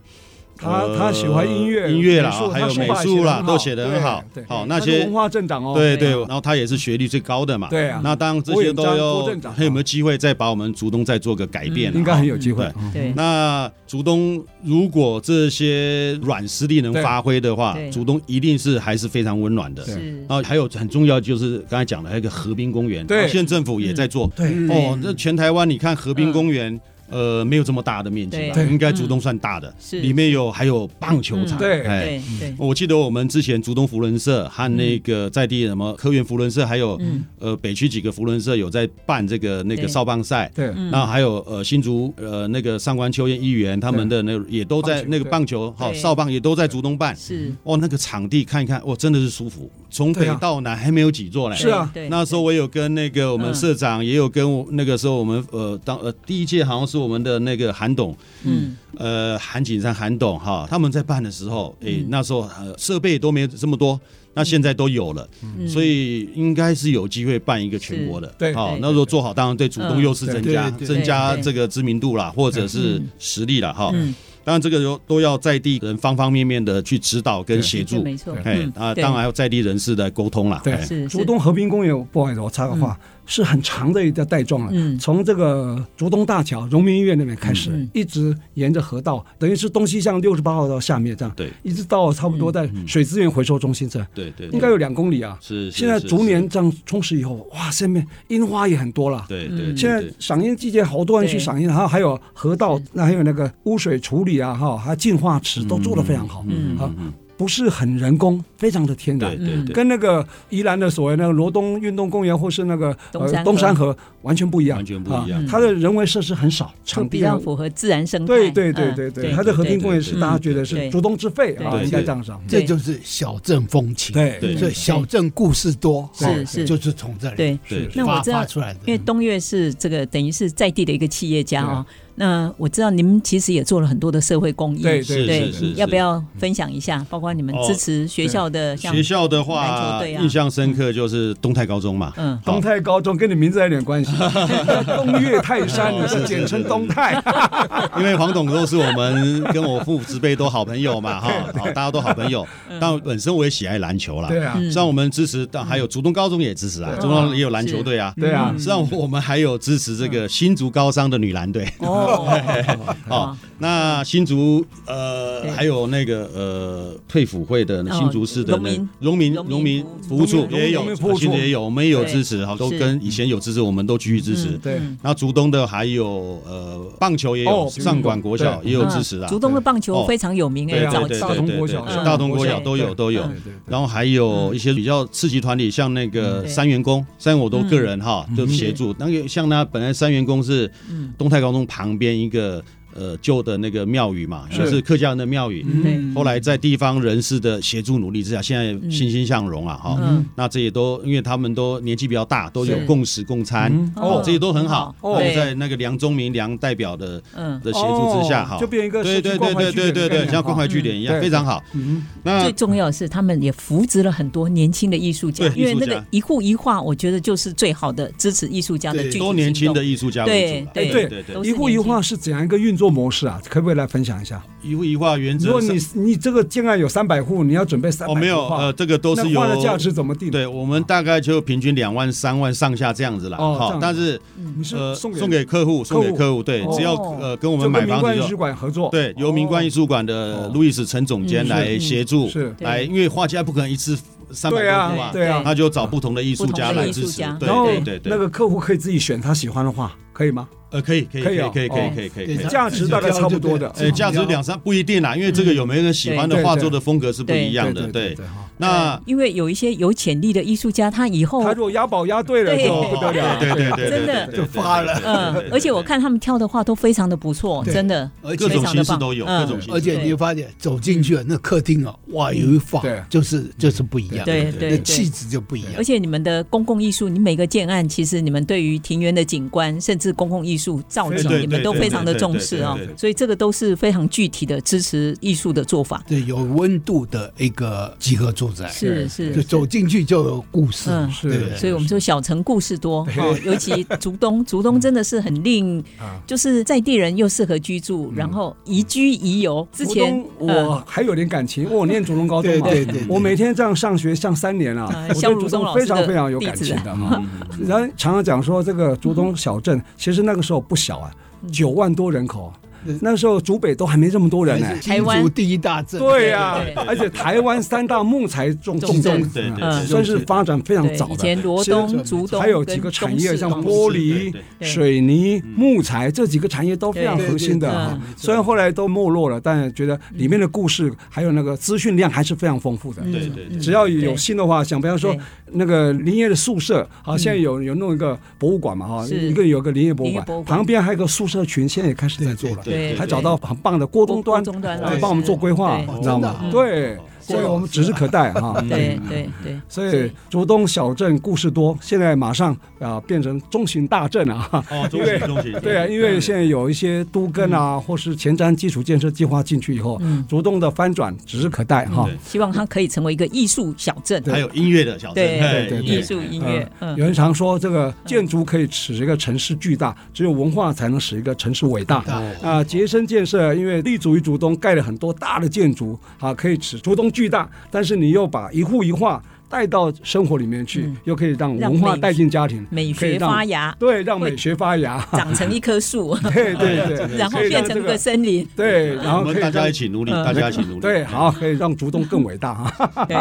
S1: 他
S5: 呃
S1: 他喜欢音乐
S5: 音乐啦，
S1: 美术
S5: 还
S1: 他
S5: 有
S1: 书
S5: 美
S1: 法
S5: 术啦，
S1: 得
S5: 都写得很好
S1: 对。对
S5: 好，
S1: 他
S5: 那
S1: 是
S5: 些
S1: 文化镇长哦，
S5: 对对，
S4: 对啊
S5: 然后他也是学历最高的嘛。
S1: 对啊
S5: 那当然这
S1: 郭
S5: 些
S1: 远
S5: 都
S1: 章
S5: 要
S1: 郭镇长，
S5: 他有没有机会再把我们竹东再做个改变啊？
S1: 应该很有机会
S5: 对。
S1: 嗯
S4: 对，
S5: 那竹东如果这些软实力能
S1: 对
S5: 发挥的话
S4: 对，
S5: 竹东一定是还是非常温暖的。
S1: 对
S4: 是
S5: 然后还有很重要就是刚才讲的那个河滨公园，
S1: 对嗯
S5: 县政府也在做。
S1: 对嗯
S5: 哦，那全台湾你看河滨公园，呃，没有这么大的面积吧？
S4: 对
S5: 应该竹东算大的，
S4: 是
S5: 里面有还有棒球场，
S4: 嗯
S1: 对
S5: 哎
S4: 对对，
S5: 我记得我们之前竹东福伦社和那个在地什么科园福伦社，还有、
S4: 嗯
S5: 呃北区几个福伦社有在办这个那个
S4: 对
S5: 少棒赛，
S1: 对
S4: 嗯
S5: 那还有呃新竹呃那个上官秋燕议员他们的那个也都在
S1: 棒球
S5: 那个棒球哈
S4: 对
S5: 少棒也都在竹东办，
S1: 嗯
S4: 是
S5: 哦那个场地看一看，哇真的是舒服，从
S1: 对
S5: 北
S1: 啊
S5: 到南还没有几座嘞。
S1: 是啊
S4: 对，对
S5: 那时候我有跟那个我们
S4: 嗯
S5: 社长，也有跟我那个时候我们呃当呃第一届好像是我们的那个韩董，
S4: 嗯
S5: 呃，韩景山、韩董哈，他们在办的时候，诶，那时候呃设备都没有这么多，那现在都有了，
S4: 嗯
S5: 所以应该是有机会办一个全国的。
S1: 对
S5: 好、
S4: 对
S5: 那时候做好，当然对主动优势增加，
S2: 嗯对对对
S5: 增加
S4: 对
S5: 这个知名度啦，或者是实力啦。哈、
S4: 嗯，
S5: 当然这个都都要在地人方方面面的去指导跟协
S4: 这
S5: 助。
S4: 没错，
S5: 哎
S4: 嗯，
S5: 啊，
S4: 对
S5: 当然还有在地人士的沟通啦。
S1: 对
S5: 哎
S4: 是
S1: 竹东河滨公园，不好意思，我插个
S5: 嗯
S1: 话，是很长的一条带状了
S4: 嗯。
S1: 从这个竹东大桥、荣民医院那边开始
S4: 嗯，
S1: 一直沿着河道，等于是东西向六十八号到下面这样，
S5: 对
S1: 一直到差不多
S5: 嗯
S1: 在水资源回收中心这，
S5: 对对，
S1: 应该有两公里啊。
S5: 是。是
S1: 现在
S5: 是
S1: 逐
S5: 是
S1: 年这样充实以后，哇，下面樱花也很多了。
S5: 对对，对
S1: 现在
S5: 对
S1: 赏樱季节，好多人去赏樱，然后还有河道，那还有那个污水处理啊，哈，还有净化池都做得非常好。
S5: 嗯
S1: 啊
S5: 嗯嗯，
S1: 不是很人工，非常的天然
S5: 对，对对，
S1: 跟那个宜兰的所谓那个罗东运动公园或是那个呃
S4: 东山河
S1: 东山河完全不一样，
S5: 完全不一样
S1: 啊它的人为设施很少，
S4: 会
S1: 场
S4: 比
S1: 地
S4: 较
S1: 啊
S4: 符合自然生态。
S1: 对对对
S4: 嗯
S1: 对对，
S4: 对，
S1: 它的和平公园是
S5: 对
S1: 大家觉得
S4: 对
S1: 是主动自费啊，
S4: 对
S1: 应该这样讲。
S2: 这就是小镇风情。，
S1: 对
S5: 对
S2: 所以小镇故事多，
S4: 是
S2: 哦
S4: 是
S2: 就是从这里
S4: 对。
S5: 对
S4: 那我
S2: 发
S4: 知道
S2: 发出来的。
S4: 因为东岳是这个等于是在地的一个企业家哦，那我知道您其实也做了很多的社会公益，
S1: 对
S5: 是
S4: 对
S5: 是是，
S4: 要不要分享一下？包括你们支持学校的，像
S5: 哦学校的
S4: 篮球
S5: 话，
S4: 队啊
S5: 印象深刻就是东泰高中嘛，
S4: 嗯
S5: 好
S1: 东泰高中跟你名字有点 关系，东岳泰山，
S5: 哦
S1: 你
S5: 是
S1: 是
S5: 是
S1: 简称
S5: 是是
S1: 东泰。
S5: 因为黄董都是我们跟我父子辈都好朋友 嘛，哈，好，大家都好朋友。
S4: 嗯
S5: 但本身我也喜爱篮球啦，
S1: 对啊，
S5: 虽然我们支持，但还有竹东高中也支持
S4: 嗯
S5: 啊，
S1: 对
S5: 竹东也有篮球队啊。
S1: 对啊
S5: 实，际上我们还有支持这个新竹高商的女篮队，
S4: 哦，
S5: 哦，那新竹呃
S4: 对
S5: 还有那个呃退辅会的
S4: 哦
S5: 新竹市的
S4: 农
S5: 那
S4: 民
S5: 农民
S4: 农民
S5: 农民
S4: 服
S5: 服务处
S1: 农民
S5: 也
S1: 农
S5: 有，
S1: 民服务处
S5: 新竹也有，我们也有
S4: 对
S5: 支持，好，都
S4: 是
S5: 跟以前有支持，我们都继续支持
S4: 嗯。
S1: 对
S4: 嗯
S5: 那竹东的还有呃棒球也有，
S1: 哦
S5: 上管国小
S1: 对
S5: 也有
S4: 嗯
S5: 支持啊。
S4: 竹东的棒球
S5: 哦
S4: 非常有名
S5: 对
S4: 哎，
S1: 啊
S4: 早
S5: 对
S4: 期
S5: 对
S1: 大
S5: 对
S1: 同
S5: 对
S1: 国
S5: 对
S1: 小
S5: 对大同国小
S4: 嗯
S5: 都有都有
S1: 对。对对
S5: 然后还有一些比较次级团体，像那个三元宫，三元我都个人哈
S1: 嗯
S5: 就协助。那个像那本来三元宫是
S4: 嗯
S5: 东泰高中旁边一个呃旧的那个庙宇嘛，
S1: 是
S5: 就是客家人的庙宇。
S4: 对
S5: 后来在地方人士的协助努力之下，现在欣欣向荣啊哈。
S4: 嗯
S5: 那这也都因为他们都年纪比较大，都有
S4: 是
S5: 共识共餐
S1: 嗯
S5: 哦，这些都很好。
S4: 哦
S5: 那在那个梁宗明梁代表的
S4: 嗯，
S5: 的协助之下
S1: 哦
S5: 哈，
S1: 就变一个
S5: 对
S1: 社区
S5: 对
S1: 关
S5: 对
S1: 怀
S5: 对
S1: 据点
S5: 对
S1: 的概
S5: 对对，
S1: 念
S5: 像关怀
S1: 哦
S5: 据点一样，
S1: 对
S5: 非常好。
S1: 嗯，
S5: 那
S4: 最重要的是，他们也扶植了很多年轻的艺术家，
S5: 对
S4: 因为
S5: 艺术
S4: 那
S5: 家
S4: 个一户一画，我觉得就是最好的支持艺术家的
S2: 对
S4: 具体
S5: 多年轻
S4: 行
S5: 的
S4: 动。
S5: 艺术家为主啦，
S4: 对
S5: 对
S1: 对
S5: 对
S4: 都，是
S1: 一户一画是怎样一个运作模式啊？可不可以来分享一下？
S5: 一幅一画原
S1: 如
S5: 则
S1: 果
S5: 上
S1: 你你这个建案有三百户，你要准备三百
S5: 哦没有呃，这个都是
S1: 那画的
S5: 有
S1: 价值怎么定？
S5: 对，我们大概就平均两万、三万上下这样子啦。
S1: 哦
S5: 好
S1: 这样子
S5: 但是
S1: 你是
S5: 呃，
S1: 送
S5: 送
S1: 给
S5: 给客户，送给
S1: 客户
S5: 客户，对，
S4: 哦
S5: 只要呃跟我
S1: 就
S5: 们买
S1: 跟民
S5: 房
S1: 冠艺
S5: 子
S1: 术
S5: 就。
S1: 馆合作，
S5: 对，由民冠艺术馆的
S1: 哦
S5: 路易斯陈总监
S4: 嗯
S5: 来协助
S1: 是是，
S4: 对
S5: 来，因为画家不可能一次三百
S1: 对
S5: 多
S1: 啊
S5: 幅啊，
S1: 对啊，
S5: 他就找不同的艺术家
S4: 不同的
S5: 来
S4: 艺术
S5: 支持
S4: 家，
S5: 对
S1: 然后
S5: 对对
S1: 那
S5: 对，
S1: 个客户可以自己选他喜欢的画，可以吗？
S5: 呃，可以可以
S1: 可
S5: 可
S1: 以
S5: 以
S1: 哦
S5: 可以可以
S1: 哦
S5: 可以可
S2: 对
S5: 以，
S1: 价值大概差不多的
S5: 呃，
S2: 嗯
S5: 价值两三不一定啦，因为这个有没有人喜欢
S1: 嗯
S5: 的
S1: 对
S5: 画
S1: 对
S5: 作的风格是不一
S1: 这
S5: 样的，
S1: 对
S5: 对。
S1: 对。哈
S5: 那
S4: 嗯因为有一些有潜力的艺术家，他以后
S1: 他如果押宝押对了，
S4: 对
S1: 就不得了，
S5: 对对对，
S4: 哎真的
S1: 哎
S5: 对
S2: 就发了
S4: 嗯，而且我。看他们跳的话都非常的不错，
S2: 对
S4: 真的，
S2: 而且
S5: 各种
S4: 非常
S5: 形
S4: 地
S5: 式
S4: 棒
S5: 都有，
S4: 嗯
S5: 各种形式。
S2: 而且你会发现走进去了那客厅啊，哇，有一房
S1: 对
S2: 就是就是不一样，
S4: 对对
S2: 那
S4: 对
S2: 气质就不一样
S4: 而。且你们的公共艺术，你每个建案，其实你们对于庭园的景观，甚至公共艺术造
S5: 对
S4: 景，
S5: 对
S4: 你们都
S5: 对对
S4: 非常的
S5: 对对
S4: 重
S5: 对
S4: 视
S5: 对
S4: 哦
S5: 对对。
S4: 所以这个都是非常具体的支持艺术的做法。
S2: 对，有温度的一个集合住宅，
S4: 是是
S2: 就走进去就有故事，
S4: 嗯
S1: 是
S2: 对不对
S4: 所以我们说小城故事多哦，尤其竹 东，竹东真的是很令
S1: 啊，
S4: 就是在地人又适合居
S1: 嗯
S4: 住，然后宜居宜游。之
S1: 福
S4: 前嗯
S1: 东我还有点感情，哦我念竹龙高中嘛，啊
S2: 对对对对
S1: 我每天这样上学上三年啊
S4: 啊，
S1: 我
S4: 肖
S1: 对
S4: 如
S1: 竹
S4: 东
S1: 东
S4: 老师
S1: 非常
S4: 的
S1: 非常有
S4: 弟
S1: 感
S4: 子
S1: 情
S4: 啊
S1: 的 哈。然后常常讲说这个竹东小镇，其实那个时候不小啊，
S4: 嗯
S1: 九万多人口啊
S2: 嗯，
S1: 那时候竹北都还没这么多人呢
S2: 还是。
S4: 台
S2: 新
S4: 湾
S2: 竹第一大镇，
S1: 对啊呀
S4: 对对对，
S1: 而且台湾三大木材重
S4: 重
S1: 重
S4: 镇
S1: 镇
S5: 对对，
S1: 嗯
S4: 对
S1: 算是发展非常
S4: 对
S1: 早
S4: 以
S1: 的。
S4: 前罗
S1: 其
S4: 东、
S2: 实
S4: 竹东
S1: 还有几
S4: 跟
S1: 个产
S4: 东
S1: 业，
S4: 势
S1: 像
S4: 公司
S1: 玻
S5: 对
S1: 璃
S5: 对、嗯
S4: 对
S1: 水泥、木材这几个产业都非常
S4: 对
S1: 核心的
S4: 对对
S1: 哈
S4: 对。嗯
S1: 虽然后来都没落了，但觉得里面的故事还有那个资讯量还是非常丰富的。
S5: 对对对
S1: 只要有心的话，想比方说
S4: 对嗯
S1: 那个林业的宿舍，好，现在有有弄一个博物馆嘛，哈，
S4: 是
S1: 一个有个林业博物
S4: 林业博物
S1: 馆，
S4: 馆
S1: 旁边还有个宿舍群，现在也开始在做了，
S5: 对对
S1: 还找到很棒的郭终端
S4: 哎郭郭终端
S1: 来帮我们做规划
S4: 老师，
S1: 你知道吗
S2: 哦？
S4: 真的
S1: 对，
S4: 对
S1: 啊嗯所以我们指日可待哈。 嗯
S4: 对对对，
S1: 所以竹东小镇故事多，现在马上啊、变成中型大镇了哈。
S5: 哦，中型中型，
S1: 对啊，因为现在有一些都更啊，或是前瞻基础建设计划进去以后，
S4: 嗯
S1: 竹东的翻转指日可待哈。
S5: 对
S4: 希望它可以成为一个艺术小镇。
S5: 还有音乐的小镇，
S4: 对
S1: 对
S5: 嘿
S1: 对
S5: 音乐
S4: 艺术音乐，嗯，
S1: 有人常说，这个建筑可以使一个城市巨大，只有文化才能使一个城市伟大。
S2: 大
S1: 啊，杰森建设因为立足于竹东，盖了很多大的建筑，啊，可以使竹东巨大，但是你又把一户一画带到生活里面去，
S4: 嗯
S1: 又可以让
S4: 让
S1: 文化
S4: 美
S1: 带进家庭，
S4: 美
S1: 可以
S4: 学
S1: 让
S4: 发芽，
S1: 对，让
S4: 会
S1: 美学发芽，
S4: 长成一棵树，
S1: 对对 对，
S4: 然后
S1: 可以让
S4: 变成
S1: 这
S4: 个森 林。
S1: 对，然后
S5: 我
S1: 可
S5: 们
S1: 以
S5: 大家
S1: 让
S5: 一起努力，
S4: 嗯
S5: 大家一起努力。
S1: 对，好，可以让竹东更伟大 啊！
S4: 对，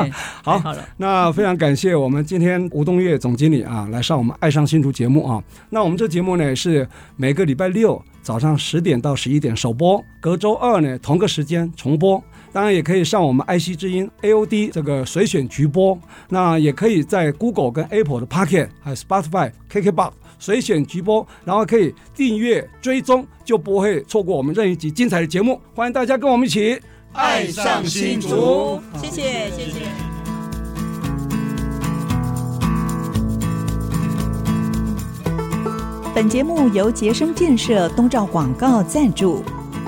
S1: 好
S4: 太好了，
S1: 那非常感谢我们今天吴东岳总经理啊来上我们《爱上新竹》节目啊。那我们这节目呢是每个礼拜六早上十点到十一点首播，隔周二呢同个时间重播。当然也可以上我们爱惜之音 AOD 这个随选局播，那也可以在 Google 跟 Apple 的 Pocket 还有 Spotify、KKBox 随选局播，然后可以订阅追踪，就不会错过我们任一集精彩的节目。欢迎大家跟我们一起
S5: 爱上新竹。
S6: 谢谢，谢谢。
S4: 本节目由杰生建设东照广告赞助。